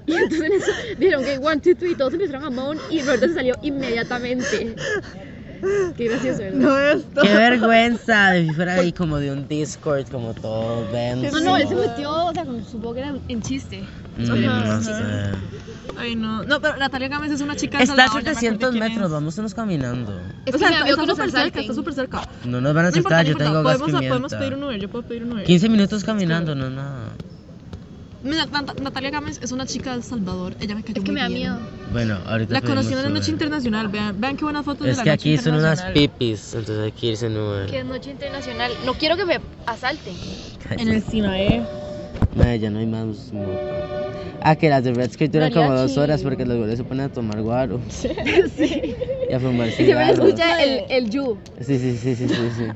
Speaker 2: Y entonces en eso dijeron que one, two, three, y todos empezaron a moan y Roberto se salió inmediatamente. Qué gracioso, ¿verdad?
Speaker 3: No esto.
Speaker 1: Qué vergüenza de si fuera ahí como de un Discord, como todo denso.
Speaker 2: No, no, él se metió, o sea, como supongo que era en chiste.
Speaker 1: Mm, no sé.
Speaker 3: Ay, no. No, pero Natalia Gámez es una chica.
Speaker 1: Está a
Speaker 3: salada, ya me acordé
Speaker 1: 700
Speaker 3: quién es.
Speaker 1: metros, vamos unos caminando.
Speaker 2: Es que me
Speaker 3: O sea, está
Speaker 2: da miedo
Speaker 3: está
Speaker 2: que nos
Speaker 3: súper cerca,
Speaker 2: asalten.
Speaker 3: está súper cerca.
Speaker 1: No ah, nos van a
Speaker 3: No importa,
Speaker 1: asaltar,
Speaker 3: no
Speaker 1: yo tengo
Speaker 3: importa.
Speaker 1: gas
Speaker 3: Podemos, podemos
Speaker 1: pimienta.
Speaker 3: pedir un Uber, yo puedo pedir un Uber.
Speaker 1: 15 minutos caminando, no nada.
Speaker 3: Mira, Nat- Natalia Gámez es una chica de El Salvador. Ella me cayó
Speaker 2: Es que
Speaker 3: muy
Speaker 2: me da
Speaker 3: bien.
Speaker 2: miedo.
Speaker 1: Bueno, ahorita
Speaker 3: La conocí en la
Speaker 1: pedimos
Speaker 3: noche
Speaker 1: Uber.
Speaker 3: internacional. Vean, vean qué buenas fotos de
Speaker 1: Es
Speaker 3: la
Speaker 1: que
Speaker 3: noche
Speaker 1: aquí son unas
Speaker 3: internacional.
Speaker 1: pipis, entonces hay que irse en
Speaker 2: Que
Speaker 1: Uber.
Speaker 2: es noche internacional. No quiero que me asalten.
Speaker 3: En el Sinae.
Speaker 1: Madre, ya no hay más moto. Ah, que las de Red Skate duran como dos
Speaker 3: Mariachi.
Speaker 1: horas porque los goles se ponen a tomar guaro. Sí. Y a fumar
Speaker 2: Y siempre
Speaker 1: cigarros.
Speaker 2: escucha el, el you.
Speaker 1: Sí, sí, sí, sí, sí, sí.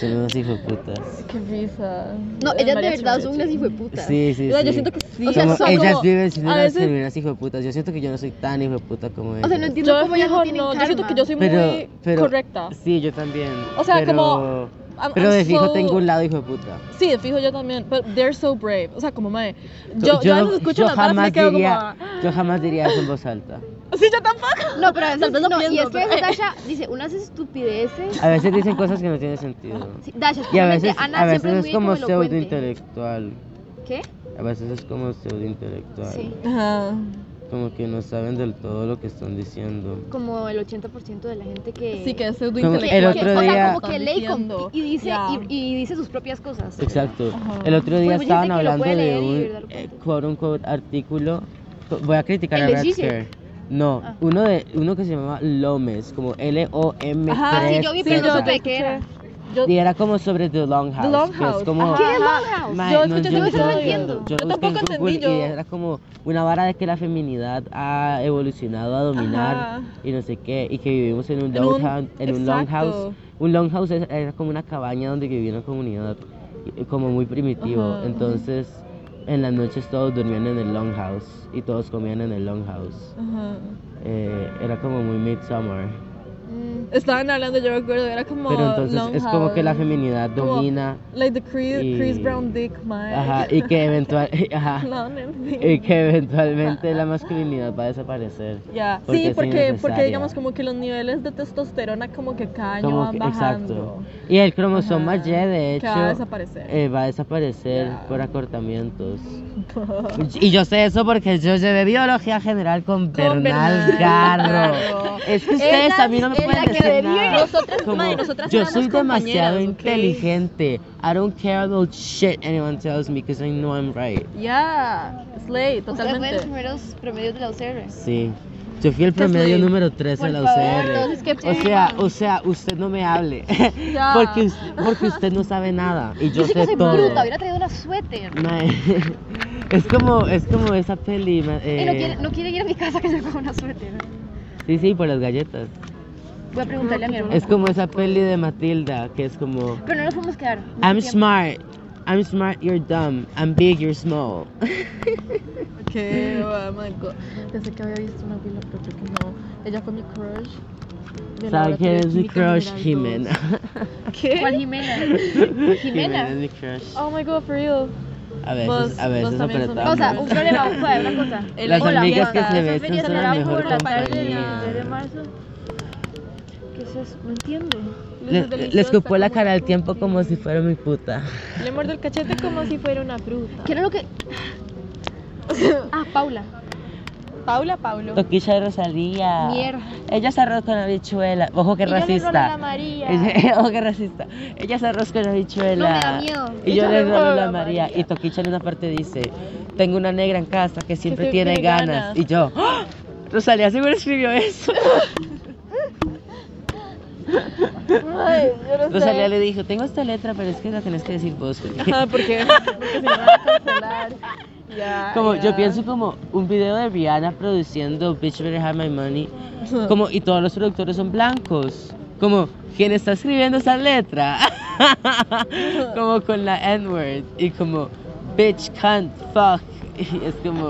Speaker 1: Son unos hijos putas.
Speaker 3: Qué risa.
Speaker 2: No, ellas de
Speaker 3: Mariachi,
Speaker 2: verdad son
Speaker 3: mariachi.
Speaker 2: unas hijueputas.
Speaker 1: Sí, sí,
Speaker 3: O sea,
Speaker 1: sí.
Speaker 3: yo siento que sí.
Speaker 2: O sea,
Speaker 1: Como
Speaker 2: son
Speaker 1: ellas
Speaker 3: como-
Speaker 1: viven sin
Speaker 3: a
Speaker 1: unas
Speaker 3: veces-
Speaker 1: genuinas hijo de putas. Yo siento que yo no soy tan hijo de puta como ellas.
Speaker 2: O sea, no entiendo
Speaker 3: Yo
Speaker 2: cómo ellas no
Speaker 3: fijo,
Speaker 2: tienen
Speaker 3: no, yo siento
Speaker 2: karma.
Speaker 3: que yo soy muy correcta.
Speaker 1: Sí, yo también.
Speaker 3: O sea,
Speaker 1: pero,
Speaker 3: como, I'm-
Speaker 1: Pero
Speaker 3: I'm
Speaker 1: de fijo
Speaker 3: so-
Speaker 1: tengo un lado hijo de puta.
Speaker 3: Sí, de fijo yo también. But they're so brave. O sea, como mae.
Speaker 1: no-
Speaker 3: Yo, yo, a veces escucho
Speaker 1: yo
Speaker 3: las varas y me
Speaker 1: jamás
Speaker 3: quedo
Speaker 1: diría,
Speaker 3: como. ah.
Speaker 1: yo jamás diría eso en voz alta.
Speaker 3: Sí, yo tampoco.
Speaker 2: No, pero a
Speaker 3: Tal
Speaker 2: veces
Speaker 3: vez lo
Speaker 2: no. y
Speaker 3: pienso,
Speaker 2: es que a
Speaker 3: pero-
Speaker 2: veces Dasha dice unas estupideces.
Speaker 1: A veces dicen cosas que no tienen sentido.
Speaker 2: Sí, Dasha,
Speaker 1: Y a
Speaker 2: especialmente
Speaker 1: veces,
Speaker 2: Ana
Speaker 1: a veces
Speaker 2: siempre
Speaker 1: es como
Speaker 2: muy
Speaker 1: pseudo
Speaker 2: elocuente.
Speaker 1: intelectual.
Speaker 2: ¿Qué?
Speaker 1: A veces es como pseudo intelectual.
Speaker 2: Sí.
Speaker 3: Ajá.
Speaker 1: Como que no saben del todo lo que están diciendo.
Speaker 2: Como el 80% de la gente que.
Speaker 3: Sí, que es pseudo
Speaker 1: Como
Speaker 2: que-
Speaker 1: El
Speaker 2: que-
Speaker 1: otro
Speaker 2: o sea,
Speaker 1: día-
Speaker 2: como que ley con- y, dice,
Speaker 3: Ya.
Speaker 2: y, y dice sus propias cosas.
Speaker 1: Exacto.
Speaker 3: Ajá.
Speaker 1: El otro
Speaker 2: Bueno,
Speaker 1: día
Speaker 2: pues dice
Speaker 1: estaban
Speaker 2: que lo
Speaker 1: hablando de
Speaker 2: puede leer y
Speaker 1: un
Speaker 2: darlo
Speaker 1: eh,
Speaker 2: cuenta.
Speaker 1: quote unquote artículo. Co- Voy a criticar
Speaker 2: El
Speaker 1: a
Speaker 2: de
Speaker 1: Red
Speaker 2: Zizek.
Speaker 1: Scare. No,
Speaker 2: Ah.
Speaker 1: uno de uno que se llamaba Lomes, como L O M E
Speaker 3: Ajá,
Speaker 2: sí, yo vi, pero no supe qué era.
Speaker 3: Yo,
Speaker 1: Y era como sobre The Longhouse,
Speaker 3: The
Speaker 1: que
Speaker 3: Longhouse,
Speaker 1: es
Speaker 2: Ah,
Speaker 1: como
Speaker 3: ajá.
Speaker 1: Mae,
Speaker 3: Yo
Speaker 1: no,
Speaker 3: escuché
Speaker 1: yo,
Speaker 3: ese
Speaker 1: yo-
Speaker 3: episodio.
Speaker 1: yo- yo
Speaker 3: Yo
Speaker 1: lo busqué en
Speaker 3: tampoco
Speaker 1: Google
Speaker 3: entendí,
Speaker 1: y
Speaker 3: yo-
Speaker 1: era como una vara de que la feminidad ha evolucionado a dominar
Speaker 3: Ajá.
Speaker 1: y no sé qué y que vivimos en un
Speaker 3: En un-
Speaker 1: longhouse, en un
Speaker 3: exacto.
Speaker 1: longhouse. Un longhouse es- era como una cabaña donde vivía una comunidad y- como muy primitivo,
Speaker 3: Ajá.
Speaker 1: entonces en las noches todos dormían en el longhouse y todos comían en el longhouse.
Speaker 3: Ajá.
Speaker 1: Eh, era como muy midsummer.
Speaker 3: Mm. Estaban hablando, yo recuerdo, era como.
Speaker 1: Pero entonces es como que la
Speaker 3: Longhouse,
Speaker 1: feminidad
Speaker 3: como-
Speaker 1: domina.
Speaker 3: Like the Chris,
Speaker 1: y-
Speaker 3: Chris Brown Dick, mae.
Speaker 1: Ajá, y que eventual, ajá,
Speaker 3: No, no, no.
Speaker 1: y que eventualmente la masculinidad va a desaparecer.
Speaker 3: Ya,
Speaker 1: Porque
Speaker 3: sí,
Speaker 1: es
Speaker 3: porque, porque
Speaker 1: innecesaria.
Speaker 3: digamos como que los niveles de testosterona como que cada año
Speaker 1: Como
Speaker 3: van
Speaker 1: que-
Speaker 3: bajando.
Speaker 1: exacto. Y el cromosoma
Speaker 3: Ajá,
Speaker 1: Y, de
Speaker 3: que
Speaker 1: hecho,
Speaker 3: va a desaparecer.
Speaker 1: eh, va a desaparecer por acortamientos. y yo sé eso porque yo llevé biología general con
Speaker 3: Con
Speaker 1: Bernal
Speaker 3: Bernal
Speaker 1: Garro.
Speaker 3: Garro.
Speaker 1: Es que ustedes
Speaker 3: Ella
Speaker 1: a mí no me
Speaker 3: es
Speaker 1: pueden
Speaker 3: la que
Speaker 1: decir
Speaker 3: debía-
Speaker 1: nada.
Speaker 3: Nosotras,
Speaker 1: Como,
Speaker 3: madre, nosotras
Speaker 1: yo
Speaker 3: éramos
Speaker 1: soy demasiado
Speaker 3: compañeras, ¿ok?
Speaker 1: inteligente. I don't care about shit anyone tells me because I know I'm right.
Speaker 3: Ya, Slay, totalmente.
Speaker 2: primeros promedios de la UCR.
Speaker 1: Sí. Yo fui el promedio número 13 de la UCR.
Speaker 2: que
Speaker 1: O sea, o sea, usted no me hable.
Speaker 3: Ya.
Speaker 1: porque, us- porque usted no sabe nada. Y yo,
Speaker 2: yo sí que
Speaker 1: sé
Speaker 2: soy
Speaker 1: todo.
Speaker 2: bruta, hubiera traído una suéter.
Speaker 1: Mae, es como, es como esa peli. ma-
Speaker 2: Y no
Speaker 1: eh,
Speaker 2: quiere, no quiere ir a mi casa que yo con una suéter.
Speaker 1: Sí, sí, por las galletas.
Speaker 2: Voy a preguntarle a mi hermana.
Speaker 1: Es como esa peli de Matilda, que es como
Speaker 2: Pero no nos podemos quedar. mucho
Speaker 1: I'm
Speaker 2: tiempo.
Speaker 1: smart, I'm smart, you're dumb, I'm big, you're small.
Speaker 3: Que, oh my God. Pensé que había visto una vila, pero creo que no. Ella fue mi crush. de
Speaker 1: ¿Saben quién es mi
Speaker 3: laboratorio de
Speaker 1: crush?
Speaker 3: química general
Speaker 1: Jimena.
Speaker 3: dos. ¿Qué?
Speaker 2: ¿Cuál Jimena?
Speaker 1: Jimena es mi crush.
Speaker 3: Oh my God, for real.
Speaker 1: A
Speaker 3: Vos-
Speaker 1: veces, a
Speaker 3: vos
Speaker 1: veces
Speaker 3: también sos mi
Speaker 2: O
Speaker 1: apretamos.
Speaker 2: sea, un problema, un problema, una cosa.
Speaker 3: El-
Speaker 1: Las
Speaker 3: Hola,
Speaker 1: amigas que
Speaker 3: Jimena.
Speaker 1: se
Speaker 2: Esa
Speaker 1: besan
Speaker 2: feria
Speaker 1: son la
Speaker 2: será
Speaker 1: mejor
Speaker 2: por la tarde
Speaker 1: compañía.
Speaker 2: de marzo.
Speaker 3: ¿Qué es eso? No entiendo.
Speaker 1: Les, les escupó la cara al tiempo como si fuera mi puta.
Speaker 3: Le mordió el cachete como si fuera una fruta.
Speaker 2: ¿Qué era lo que.? Ah, Paula.
Speaker 3: Paula, Paulo.
Speaker 1: Toquilla de Rosalía.
Speaker 2: Mierda.
Speaker 1: Ella es arroz con habichuela. Ojo que
Speaker 3: Y yo le enrolé a
Speaker 1: Ah, racista.
Speaker 3: la María.
Speaker 1: Ella- Ojo que racista. Ella es arroz con habichuela.
Speaker 2: No, me da miedo.
Speaker 1: Y yo
Speaker 3: Ella
Speaker 1: le
Speaker 3: le enroló
Speaker 1: enrolo a la
Speaker 3: la
Speaker 1: María.
Speaker 3: María.
Speaker 1: Y Toquicha en una parte dice: Tengo una negra en casa que siempre tiene
Speaker 3: tiene
Speaker 1: ganas.
Speaker 3: ganas.
Speaker 1: Y yo, ¡Ah! Rosalía seguro escribió eso.
Speaker 3: Ay, yo no sé.
Speaker 1: Rosalía le dijo: Tengo esta letra, pero es que la tenés que decir vos. porque-
Speaker 3: Ajá, Ah, porque, porque se me va a cancelar. Ya,
Speaker 1: Como
Speaker 3: ya.
Speaker 1: yo pienso como un video de Rihanna produciendo Bitch Better Have My Money. Como y todos los productores son blancos. Como quién está escribiendo esa letra. como con la N word y como bitch cunt fuck. Y es como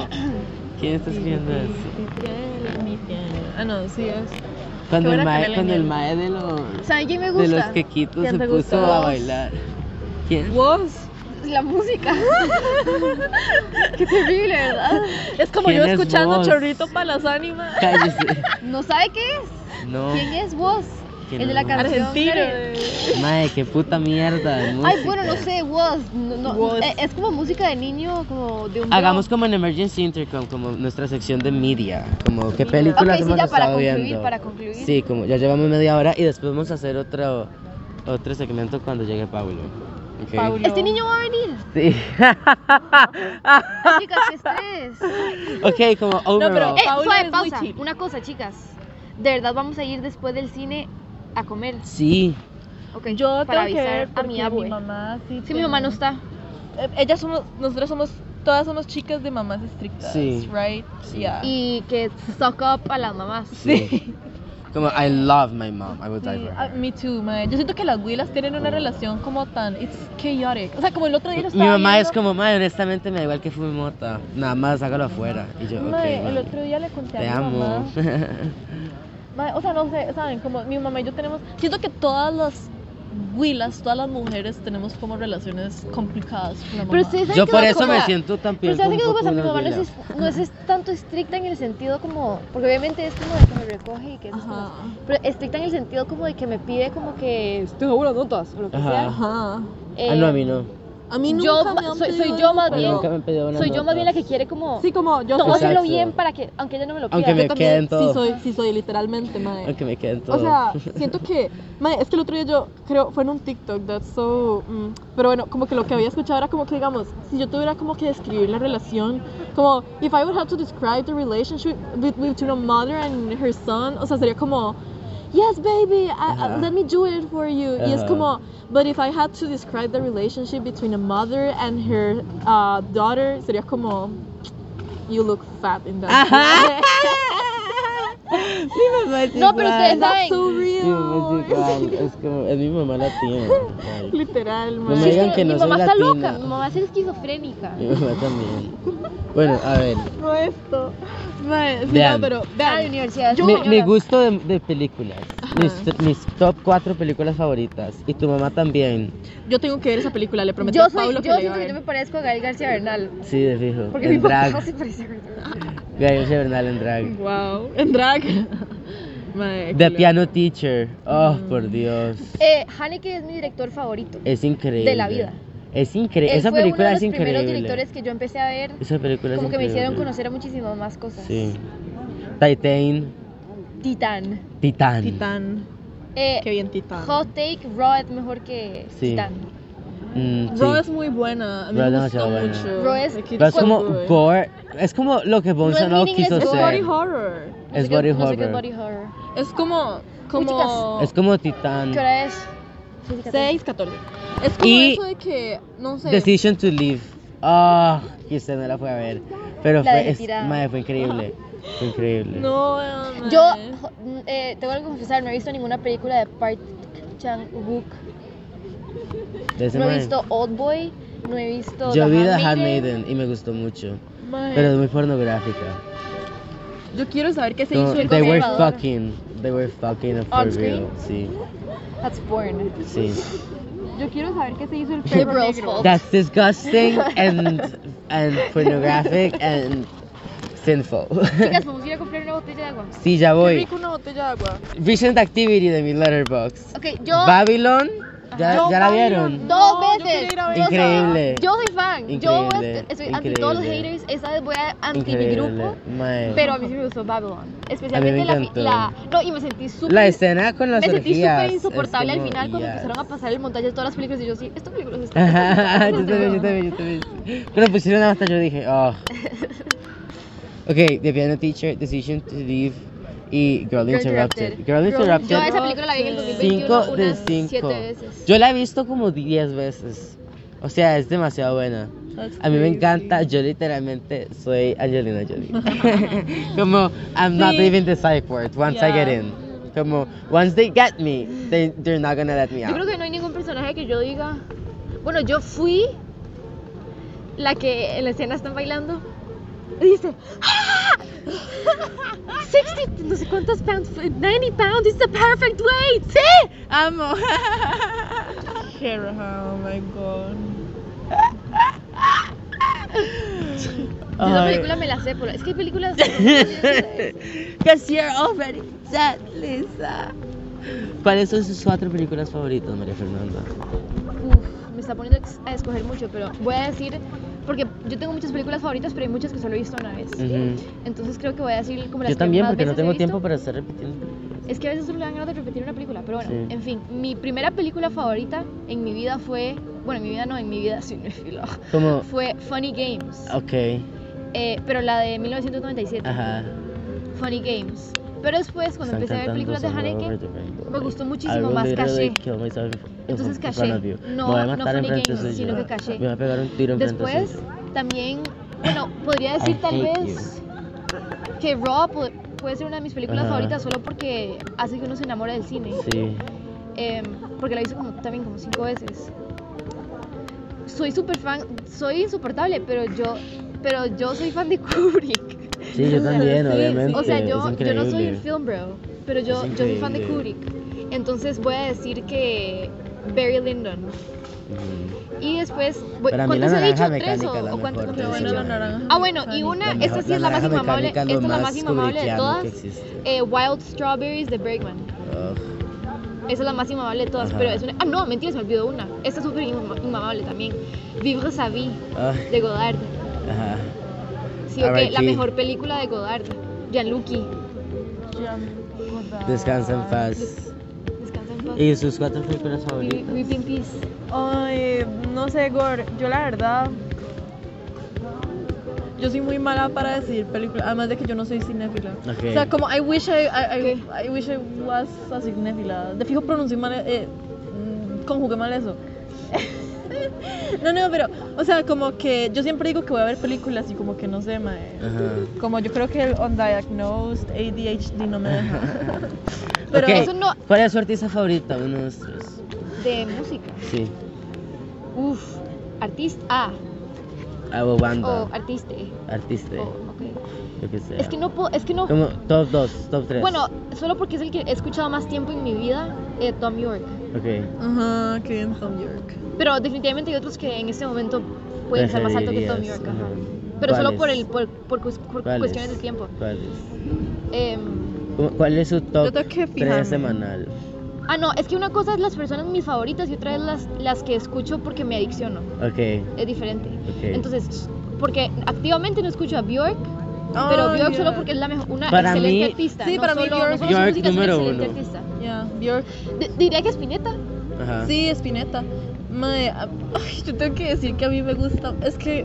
Speaker 1: quién está escribiendo eso.
Speaker 3: Mi piel, mi piel. Ah, no, sí es.
Speaker 1: Cuando el
Speaker 3: buena
Speaker 1: mae,
Speaker 3: canela
Speaker 1: cuando el
Speaker 3: mía.
Speaker 1: mae de los
Speaker 2: ¿Saben quién me
Speaker 1: de los
Speaker 2: gusta?
Speaker 1: quequitos
Speaker 3: ¿Quién
Speaker 1: se
Speaker 3: te
Speaker 1: puso
Speaker 3: gusta?
Speaker 1: a
Speaker 3: Vos.
Speaker 1: bailar. ¿Quién?
Speaker 3: ¿Vos?
Speaker 2: La música. Qué terrible, ¿verdad?
Speaker 3: Es como
Speaker 1: ¿Quién
Speaker 3: yo
Speaker 1: es
Speaker 3: escuchando
Speaker 1: vos?
Speaker 3: Chorrito para las ánimas.
Speaker 1: Cállese.
Speaker 2: ¿No sabe qué es?
Speaker 1: No.
Speaker 2: ¿Quién es vos?
Speaker 1: ¿Quién
Speaker 2: el
Speaker 1: es
Speaker 2: de la
Speaker 1: vos?
Speaker 2: canción.
Speaker 3: Argentino.
Speaker 2: de-
Speaker 1: Mae, qué puta mierda. de
Speaker 2: Ay, bueno,
Speaker 1: música.
Speaker 2: no sé, was. No, no,
Speaker 3: Was.
Speaker 2: eh, Es, como música de niño, como de un.
Speaker 1: Hagamos
Speaker 2: blog.
Speaker 1: como en Emergency Intercom, como nuestra sección de media, como qué películas
Speaker 2: Ok, sí,
Speaker 1: hemos
Speaker 2: ya para
Speaker 1: estado
Speaker 2: concluir,
Speaker 1: viendo.
Speaker 2: para concluir.
Speaker 1: Sí, como ya llevamos media hora y después vamos a hacer otro otro segmento cuando llegue Paulo. Ok.
Speaker 3: Paulo.
Speaker 2: Este niño va a venir.
Speaker 1: Sí.
Speaker 2: Ay, chicas, qué estrés.
Speaker 1: ok, como overall.
Speaker 3: pero-
Speaker 2: Eh,
Speaker 3: Paula
Speaker 2: suave,
Speaker 3: es muy
Speaker 2: pausa.
Speaker 3: chip.
Speaker 2: Una cosa, chicas. De verdad, vamos a ir después del cine a comer.
Speaker 1: Sí,
Speaker 2: Ok,
Speaker 3: Yo
Speaker 2: para
Speaker 3: tengo que
Speaker 2: avisar
Speaker 3: ver
Speaker 2: a mi
Speaker 3: porque
Speaker 2: abue.
Speaker 3: mamá sí.
Speaker 2: Sí, mi mamá no está.
Speaker 3: Eh, Ellas somos, nosotras somos, todas somos chicas de mamás estrictas,
Speaker 1: Sí.
Speaker 3: right? Yeah.
Speaker 2: Y que suck up a las mamás.
Speaker 1: sí. Como I love my mom, I would die
Speaker 3: Sí,
Speaker 1: for
Speaker 3: ah,
Speaker 1: her.
Speaker 3: me too, mae. Yo siento que las huilas tienen una relación como tan. It's chaotic. O sea, como el otro día lo
Speaker 1: Mi
Speaker 3: estaba
Speaker 1: mamá es
Speaker 3: viendo-
Speaker 1: como, madre, honestamente me da igual que fui mota, nada más hágalo afuera. Y yo, ok,
Speaker 3: Mae, el
Speaker 1: mami,
Speaker 3: otro día le conté
Speaker 1: te
Speaker 3: a mi
Speaker 1: amo.
Speaker 3: mamá. Mae, o sea, no sé, saben, como mi mamá y yo tenemos. Siento que todas las huilas, todas las mujeres tenemos como relaciones complicadas con la mamá.
Speaker 2: Pero ustedes saben
Speaker 1: Yo
Speaker 2: que
Speaker 1: por
Speaker 2: me
Speaker 1: eso me
Speaker 2: pasa.
Speaker 1: siento tan
Speaker 2: Pero ¿sabes qué
Speaker 1: un
Speaker 2: pasa?
Speaker 1: poco
Speaker 2: Mi
Speaker 1: una
Speaker 2: mamá no es,
Speaker 1: abuela.
Speaker 2: es- no es, es tanto estricta en el sentido como, porque obviamente es como de que me recoge y que esas
Speaker 3: Ajá.
Speaker 2: cosas. Pero estricta en el sentido como de que me pide como que estoy seguro notas o lo que
Speaker 1: Ajá.
Speaker 2: sea.
Speaker 3: Ajá.
Speaker 1: Ah,
Speaker 2: Eh,
Speaker 1: no, a mí no.
Speaker 3: A mí nunca
Speaker 2: yo
Speaker 3: me
Speaker 2: ma-
Speaker 3: han
Speaker 2: soy- soy
Speaker 3: pedido
Speaker 2: yo
Speaker 3: eso,
Speaker 2: más
Speaker 1: A mí
Speaker 2: bien-
Speaker 3: pero-
Speaker 1: nunca me han pedido una
Speaker 2: Soy yo más bien la
Speaker 1: nota.
Speaker 2: que quiere como
Speaker 3: Sí, como yo
Speaker 2: todo
Speaker 3: soy.
Speaker 2: hacerlo
Speaker 1: Exacto.
Speaker 2: bien para que, aunque ella no me lo pida.
Speaker 1: Aunque me
Speaker 3: Yo también
Speaker 1: queden todo.
Speaker 3: Sí soy, sí soy, literalmente, mae.
Speaker 1: Aunque me queden todo.
Speaker 3: O sea, siento que, mae, es que el otro día yo creo, fue en un TikTok, that's so, mm, pero bueno, como que lo que había escuchado era como que, digamos, si yo tuviera como que describir la relación, como, if I would have to describe the relationship with, between a mother and her son, o sea, sería como, yes, baby, I- I-
Speaker 1: Ajá.
Speaker 3: let me do it for you, y es
Speaker 1: Ajá.
Speaker 3: como, but if I had to describe the relationship between a mother and her uh, daughter, sería como, you look fat in that. Mi mamá es
Speaker 9: No, pero
Speaker 3: igual.
Speaker 9: ustedes saben.
Speaker 1: Mi mamá es igual, es como, es mi mamá latina. ay.
Speaker 3: Literal,
Speaker 1: No
Speaker 3: man.
Speaker 1: me digan que no
Speaker 9: mi
Speaker 1: soy
Speaker 9: mamá está
Speaker 1: latina.
Speaker 9: loca, mi mamá es esquizofrénica.
Speaker 1: Mi mamá también. Bueno, a ver.
Speaker 3: No esto. Mae, sí,
Speaker 1: Vean.
Speaker 3: no, pero
Speaker 2: Ah, de
Speaker 3: vean.
Speaker 2: universidad.
Speaker 1: Mi, mi gusto de, de películas. Mis, mis top 4 películas favoritas. Y tu mamá también.
Speaker 3: Yo tengo que ver esa película, le prometí
Speaker 2: Yo
Speaker 3: a
Speaker 2: soy,
Speaker 3: Pablo
Speaker 2: yo
Speaker 3: que la
Speaker 2: soy,
Speaker 3: iba a
Speaker 2: yo me
Speaker 3: ver.
Speaker 2: parezco a Gael García Bernal.
Speaker 1: Sí, de fijo.
Speaker 2: Porque mi
Speaker 1: en
Speaker 2: papá no
Speaker 1: drag.
Speaker 2: se parece a Gael García Bernal.
Speaker 1: Gabriel Bernal en drag.
Speaker 3: Wow, en drag. Mae,
Speaker 1: The
Speaker 3: qué
Speaker 1: Piano Teacher. Oh,
Speaker 2: Mm.
Speaker 1: por Dios.
Speaker 2: Eh, Haneke es mi director favorito.
Speaker 1: Es increíble.
Speaker 2: De la vida.
Speaker 1: Es increíble.
Speaker 2: Él
Speaker 1: Esa
Speaker 2: fue uno
Speaker 1: película
Speaker 2: de los
Speaker 1: es
Speaker 2: primeros
Speaker 1: increíble.
Speaker 2: directores que yo empecé a ver.
Speaker 1: Esa película es
Speaker 2: Como que me hicieron
Speaker 1: increíble.
Speaker 2: conocer a muchísimas más cosas.
Speaker 1: Sí. Titan.
Speaker 2: Titán.
Speaker 1: Titán.
Speaker 3: Titán.
Speaker 2: Eh,
Speaker 3: Qué bien Titán.
Speaker 2: Hot Take Raw es mejor que
Speaker 1: Sí.
Speaker 2: Titán.
Speaker 1: Mm, sí.
Speaker 3: Ro es muy buena. A mí
Speaker 1: Ro es
Speaker 3: me
Speaker 1: demasiado
Speaker 3: gustó
Speaker 1: buena.
Speaker 3: mucho.
Speaker 2: Ro es-
Speaker 3: Like,
Speaker 1: Pero es
Speaker 3: it's so
Speaker 1: como
Speaker 3: good.
Speaker 1: gore. Es como lo que Bonsano
Speaker 2: meaningless,
Speaker 1: quiso
Speaker 2: es
Speaker 3: Es body
Speaker 1: ser.
Speaker 3: horror.
Speaker 2: No
Speaker 1: Es
Speaker 2: sé qué-
Speaker 1: body
Speaker 2: no sé qué es
Speaker 1: horror. Mm.
Speaker 2: body horror.
Speaker 3: Es como. como
Speaker 1: Es como Titán.
Speaker 2: ¿Qué hora es? Sí, sí,
Speaker 3: 6, 14. Es como
Speaker 1: Y-
Speaker 3: eso de que. No sé.
Speaker 1: Decision to Leave. Ah, que usted no la fue a ver. Pero
Speaker 2: La
Speaker 1: fue,
Speaker 2: dejé
Speaker 1: es-
Speaker 2: tirada.
Speaker 1: madre, fue increíble. Fue increíble.
Speaker 3: No, mae.
Speaker 2: Yo jo- mm, eh, tengo algo que confesar, no he visto ninguna película de Park Chan-wook.
Speaker 1: De ese
Speaker 2: No he
Speaker 1: mae.
Speaker 2: visto Old Boy, no he visto
Speaker 1: Yo
Speaker 2: The
Speaker 1: vi The
Speaker 2: Handmaiden.
Speaker 1: Handmaiden y me gustó mucho.
Speaker 3: Mae,
Speaker 1: Pero es muy pornográfica.
Speaker 3: Yo quiero saber qué se
Speaker 1: No,
Speaker 3: hizo el
Speaker 1: they were
Speaker 2: conservador.
Speaker 1: fucking. They were fucking for
Speaker 2: On
Speaker 1: real. Sí,
Speaker 2: That's porn.
Speaker 1: sí.
Speaker 3: Yo quiero saber qué se hizo el
Speaker 2: Liberals fault.
Speaker 1: That's disgusting and, and pornographic and sinful.
Speaker 2: Chicas, vamos a ir a comprar una botella de agua.
Speaker 1: sí, ya voy.
Speaker 3: una botella de agua.
Speaker 1: Recent activity de mi letterbox.
Speaker 2: Ok, yo
Speaker 1: Babylon. ¿Ya,
Speaker 3: Yo,
Speaker 1: ya la
Speaker 3: Babylon,
Speaker 1: vieron?
Speaker 2: dos
Speaker 3: No, yo
Speaker 2: veces.
Speaker 3: quería ir a verla.
Speaker 1: Increíble.
Speaker 2: Yo soy fan. yo
Speaker 1: Increíble,
Speaker 2: est- estoy anti todos los
Speaker 1: increíble.
Speaker 2: haters. Esa vez voy a anti mi
Speaker 1: Increíble.
Speaker 2: grupo.
Speaker 1: mae.
Speaker 2: Pero a mí sí me gustó Babylon. Especialmente la,
Speaker 1: encantó.
Speaker 2: la. No, y me sentí súper.
Speaker 1: la escena con las
Speaker 2: me sentí
Speaker 1: orgías.
Speaker 2: súper
Speaker 1: es
Speaker 2: insoportable al
Speaker 1: como,
Speaker 2: final cuando
Speaker 1: yes.
Speaker 2: empezaron a pasar el montaje de todas las películas. Y yo, sí, esta película es
Speaker 1: Ajá, yo también, yo también, yo también. Cuando pusieron hasta yo dije, oh. Ok, The Piano Teacher, Decision to Leave y Girl Interrupted. Girl
Speaker 2: Yo
Speaker 1: Interrupted,
Speaker 2: esa película la vi en el 2021
Speaker 1: 5 de
Speaker 2: unas
Speaker 1: 5.
Speaker 2: 7 veces.
Speaker 1: Yo la he visto como 10 veces. O sea, es demasiado buena. A mí me encanta, yo literalmente soy Angelina Jolie. como, I'm not
Speaker 3: Sí.
Speaker 1: leaving the psych ward once I
Speaker 3: Yeah.
Speaker 1: get in. Como, once they get me, they, they're not gonna let me
Speaker 2: Yo creo
Speaker 1: out.
Speaker 2: que no hay ningún personaje que yo diga. Bueno, yo fui la que en la escena están bailando. Y dice. "Ah, 60, no sé cuántos pounds, 90 pounds, it's the perfect weight. Sí, amo.
Speaker 3: Oh my god.
Speaker 2: Yo esa
Speaker 1: Ay.
Speaker 2: película me la sé, por... es que hay películas.
Speaker 1: Because you're already dead, Lisa. ¿Cuáles son sus cuatro películas favoritas, María Fernanda?
Speaker 2: Uf, me está poniendo ex- a escoger mucho, pero voy a decir. Porque yo tengo muchas películas favoritas, pero hay muchas que solo he visto una vez.
Speaker 1: Ujú.
Speaker 2: Entonces creo que voy a decir como las
Speaker 1: Mm. Yo también,
Speaker 2: que más
Speaker 1: porque no
Speaker 2: veces he
Speaker 1: tengo
Speaker 2: visto.
Speaker 1: tiempo para estar repitiendo.
Speaker 2: Es que a veces uno le dan ganas de repetir una película, pero bueno,
Speaker 1: Sí.
Speaker 2: en fin, mi primera película favorita en mi vida fue, bueno, en mi vida no, en mi vida cinefilo,
Speaker 1: Como,
Speaker 2: fue Funny Games,
Speaker 1: Oh. ok,
Speaker 2: eh, pero la de 1997,
Speaker 1: ajá.
Speaker 2: Funny Games. Pero después, cuando empecé a ver películas de Haneke, me gustó muchísimo más Caché. Entonces
Speaker 1: Entonces
Speaker 2: Caché, no-
Speaker 1: voy a
Speaker 2: no
Speaker 1: matar
Speaker 2: Funny
Speaker 1: enfrente
Speaker 2: Games,
Speaker 1: suyo.
Speaker 2: sino que Caché.
Speaker 1: Me voy a pegar un tiro enfrente
Speaker 2: después
Speaker 1: suyo.
Speaker 2: también, bueno, podría decir tal
Speaker 1: hate
Speaker 2: vez que Raw pu- puede ser una de mis películas
Speaker 1: Ajá.
Speaker 2: favoritas solo porque hace que uno se enamore del cine.
Speaker 1: Sí.
Speaker 2: Em, porque la hizo como, también como cinco veces. Soy súper fan, soy insoportable, pero yo, pero yo soy fan de Kubrick.
Speaker 1: Sí, yo también, obviamente.
Speaker 2: O sea, yo,
Speaker 1: es
Speaker 2: yo no soy
Speaker 1: increíble.
Speaker 2: el film bro, pero yo,
Speaker 1: Es
Speaker 2: yo soy fan de
Speaker 1: increíble.
Speaker 2: Kubrick. Entonces voy a decir que Barry Lyndon.
Speaker 1: Ujú.
Speaker 2: Y después, voy-
Speaker 1: Para mí la
Speaker 2: ¿cuántas he dicho?
Speaker 1: naranja
Speaker 2: ¿Tres
Speaker 1: mecánica
Speaker 2: o,
Speaker 1: es la
Speaker 2: o cuántas?
Speaker 1: mejor.
Speaker 2: cuántas
Speaker 1: de
Speaker 2: he
Speaker 1: ese
Speaker 2: dicho?
Speaker 1: man.
Speaker 2: Ah, bueno, y una,
Speaker 1: mejor-
Speaker 2: esta sí es la más
Speaker 1: naranja
Speaker 2: inmamable,
Speaker 1: mecánica
Speaker 2: esta
Speaker 1: es
Speaker 2: es
Speaker 1: lo
Speaker 2: la más
Speaker 1: más
Speaker 2: inmamable de
Speaker 1: kubrickiano
Speaker 2: todas.
Speaker 1: que existe.
Speaker 2: eh, Wild Strawberries de Bergman.
Speaker 1: Ugh.
Speaker 2: Esa es la más inmamable de todas,
Speaker 1: Ajá.
Speaker 2: pero es una... Ah, no, mentira, se me olvidó una. Esta es súper inma- inmamable también. Vivre sa vie,
Speaker 1: Ah,
Speaker 2: de Godard.
Speaker 1: ajá.
Speaker 2: Sí, o que la
Speaker 1: R.I.P..
Speaker 2: mejor película de Godard. Gianluca.
Speaker 1: Descansa en paz.
Speaker 2: Descansa en paz.
Speaker 1: ¿Y sus cuatro películas
Speaker 2: We-
Speaker 1: favoritas?
Speaker 2: Weep in peace.
Speaker 3: Ay, no sé, Gor. Yo la verdad. Yo soy muy mala para decidir películas. Además de que yo no soy cinéfila.
Speaker 1: Ok.
Speaker 3: O sea, como I wish I, I, I, I wish I was a cinéfila. De fijo pronuncié mal. Eh, mm, conjugué mal eso. No, no, pero, o sea, como que yo siempre digo que voy a ver películas y como que no sé, mae.
Speaker 1: Ajá.
Speaker 3: Como yo creo que el undiagnosed ADHD no me deja.
Speaker 1: Ok,
Speaker 2: eso no-
Speaker 1: ¿Cuál es su artista favorita? Uno de los tres.
Speaker 2: De música.
Speaker 1: Sí.
Speaker 2: Uf. Artista. Ah,
Speaker 1: Hago
Speaker 2: o
Speaker 1: banda.
Speaker 2: artiste.
Speaker 1: Artista.
Speaker 2: o- ok.
Speaker 1: Lo que sea.
Speaker 2: Oh. Es que no puedo. Es que no.
Speaker 1: Como top 2, top 3.
Speaker 2: Bueno, solo porque es el que he escuchado más tiempo en mi vida, eh, Tom York.
Speaker 1: Ok.
Speaker 3: Ajá, qué bien Tom York.
Speaker 2: Pero definitivamente hay otros que en este momento pueden ser más altos que Tom
Speaker 1: Preferirías,
Speaker 2: York. ajá.
Speaker 1: ajá.
Speaker 2: Pero solo
Speaker 1: ¿Cuáles?
Speaker 2: por, el, por, por cus- por
Speaker 1: ¿Cuáles?
Speaker 2: cuestiones del tiempo.
Speaker 1: ¿Cuál es?
Speaker 2: Em,
Speaker 1: ¿Cómo- ¿Cuál es su top
Speaker 3: Yo tengo que
Speaker 1: 3
Speaker 3: fijarme.
Speaker 1: semanal?
Speaker 2: ah, no, es que una cosa es las personas mis favoritas y otra es las, las que escucho porque me adicciono.
Speaker 1: Ok,
Speaker 2: Es diferente.
Speaker 1: ok.
Speaker 2: Entonces, porque activamente no escucho a Bjork, pero
Speaker 3: Oh,
Speaker 2: Bjork
Speaker 3: yeah.
Speaker 2: solo porque es la mejo- una
Speaker 1: Para
Speaker 2: excelente
Speaker 1: mí-
Speaker 2: artista.
Speaker 3: Sí,
Speaker 2: no
Speaker 3: para mí
Speaker 2: solo-
Speaker 3: Bjork-
Speaker 2: no solo su
Speaker 1: Bjork
Speaker 2: música es una
Speaker 1: número
Speaker 2: excelente
Speaker 1: uno.
Speaker 2: artista.
Speaker 3: Yeah, Bjork.
Speaker 2: D- diría que Spinetta.
Speaker 1: Ajá.
Speaker 3: Sí, Espineta. Mae, a- ay, yo tengo que decir que a mí me gusta. Es que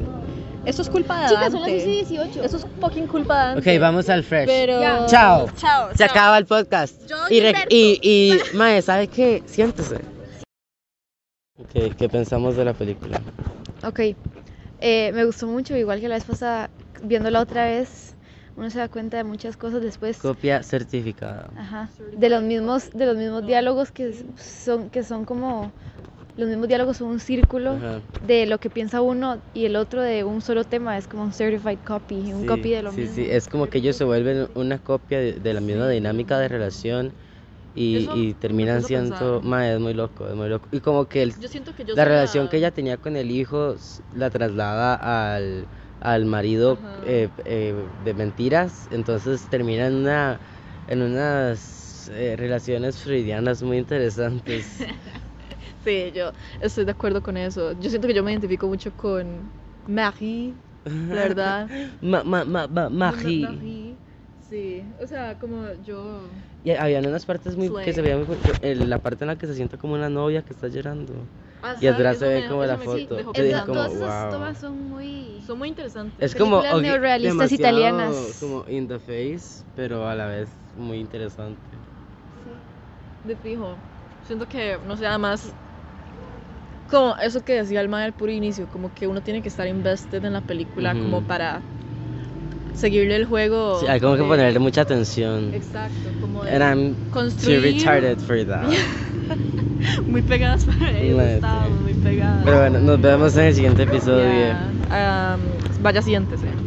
Speaker 3: eso es culpa de
Speaker 2: Chicas, son las
Speaker 3: Dante.
Speaker 2: 11 y 18.
Speaker 3: Eso es fucking culpa de Dante.
Speaker 1: Ok, vamos al fresh.
Speaker 3: Pero.
Speaker 2: Ya.
Speaker 1: Chao.
Speaker 3: Chao.
Speaker 1: Se acaba el podcast.
Speaker 3: Yo
Speaker 1: y, re-
Speaker 3: Gilberto.
Speaker 1: y, y, mae, ¿sabe qué? Siéntese. Ok, ¿qué pensamos de la película?
Speaker 10: Ok, eh, me gustó mucho, igual que la vez pasada, viéndola otra vez, uno se da cuenta de muchas cosas después.
Speaker 1: Copia certificada.
Speaker 10: Ajá, de los mismos, de los mismos diálogos que s- son, que son como, los mismos diálogos son un círculo
Speaker 1: Ajá.
Speaker 10: de lo que piensa uno y el otro de un solo tema, es como un certified copy, un
Speaker 1: Sí,
Speaker 10: copy de lo
Speaker 1: sí,
Speaker 10: mismo.
Speaker 1: Sí, es como que ellos se vuelven una copia de, de la misma dinámica de relación y,
Speaker 3: Eso
Speaker 1: y terminan
Speaker 3: puso a pensar.
Speaker 1: siendo... Mae, es muy loco, es muy loco. Y como que el-
Speaker 3: Yo siento que yo
Speaker 1: la
Speaker 3: soy
Speaker 1: relación que ella tenía con el hijo s- la traslada al, al marido
Speaker 3: Ajá.
Speaker 1: eh, eh, de mentiras, entonces termina en, una, en unas eh, relaciones freudianas muy interesantes.
Speaker 3: Sí, yo estoy de acuerdo con eso. Yo siento que yo me identifico mucho con Marie, la verdad.
Speaker 1: ma, ma, ma, ma- Marie.
Speaker 3: Marie. Sí, o sea, como yo.
Speaker 1: Y habían unas partes muy que se
Speaker 3: Slay.
Speaker 1: veían muy fu- el- la parte en la que se sienta como una novia que está llorando. Y atrás se ve como la foto.
Speaker 3: dejó
Speaker 1: Yo dije
Speaker 10: Esa-
Speaker 1: como,
Speaker 10: todas esas
Speaker 1: "Wow".
Speaker 10: tomas son muy...
Speaker 3: Son muy interesantes.
Speaker 1: Es como
Speaker 10: películas
Speaker 1: ok,
Speaker 10: neorrealistas
Speaker 1: demasiado
Speaker 10: italianas.
Speaker 1: Como in the face, pero a la vez muy interesante.
Speaker 3: De fijo. Siento que, no sé, además, como eso que decía el al puro inicio, como que uno tiene que estar invested en la película
Speaker 1: Ujú.
Speaker 3: como para seguirle el juego.
Speaker 1: Sí, hay como que
Speaker 3: de-
Speaker 1: ponerle mucha atención.
Speaker 3: Exacto, como de
Speaker 1: And I'm too
Speaker 3: construir.
Speaker 1: retarded for that.
Speaker 3: Muy pegadas para ellos,
Speaker 1: Neta.
Speaker 3: estábamos muy pegadas.
Speaker 1: Pero bueno, nos vemos en el siguiente episodio.
Speaker 3: Ya, am, vaya, siéntese.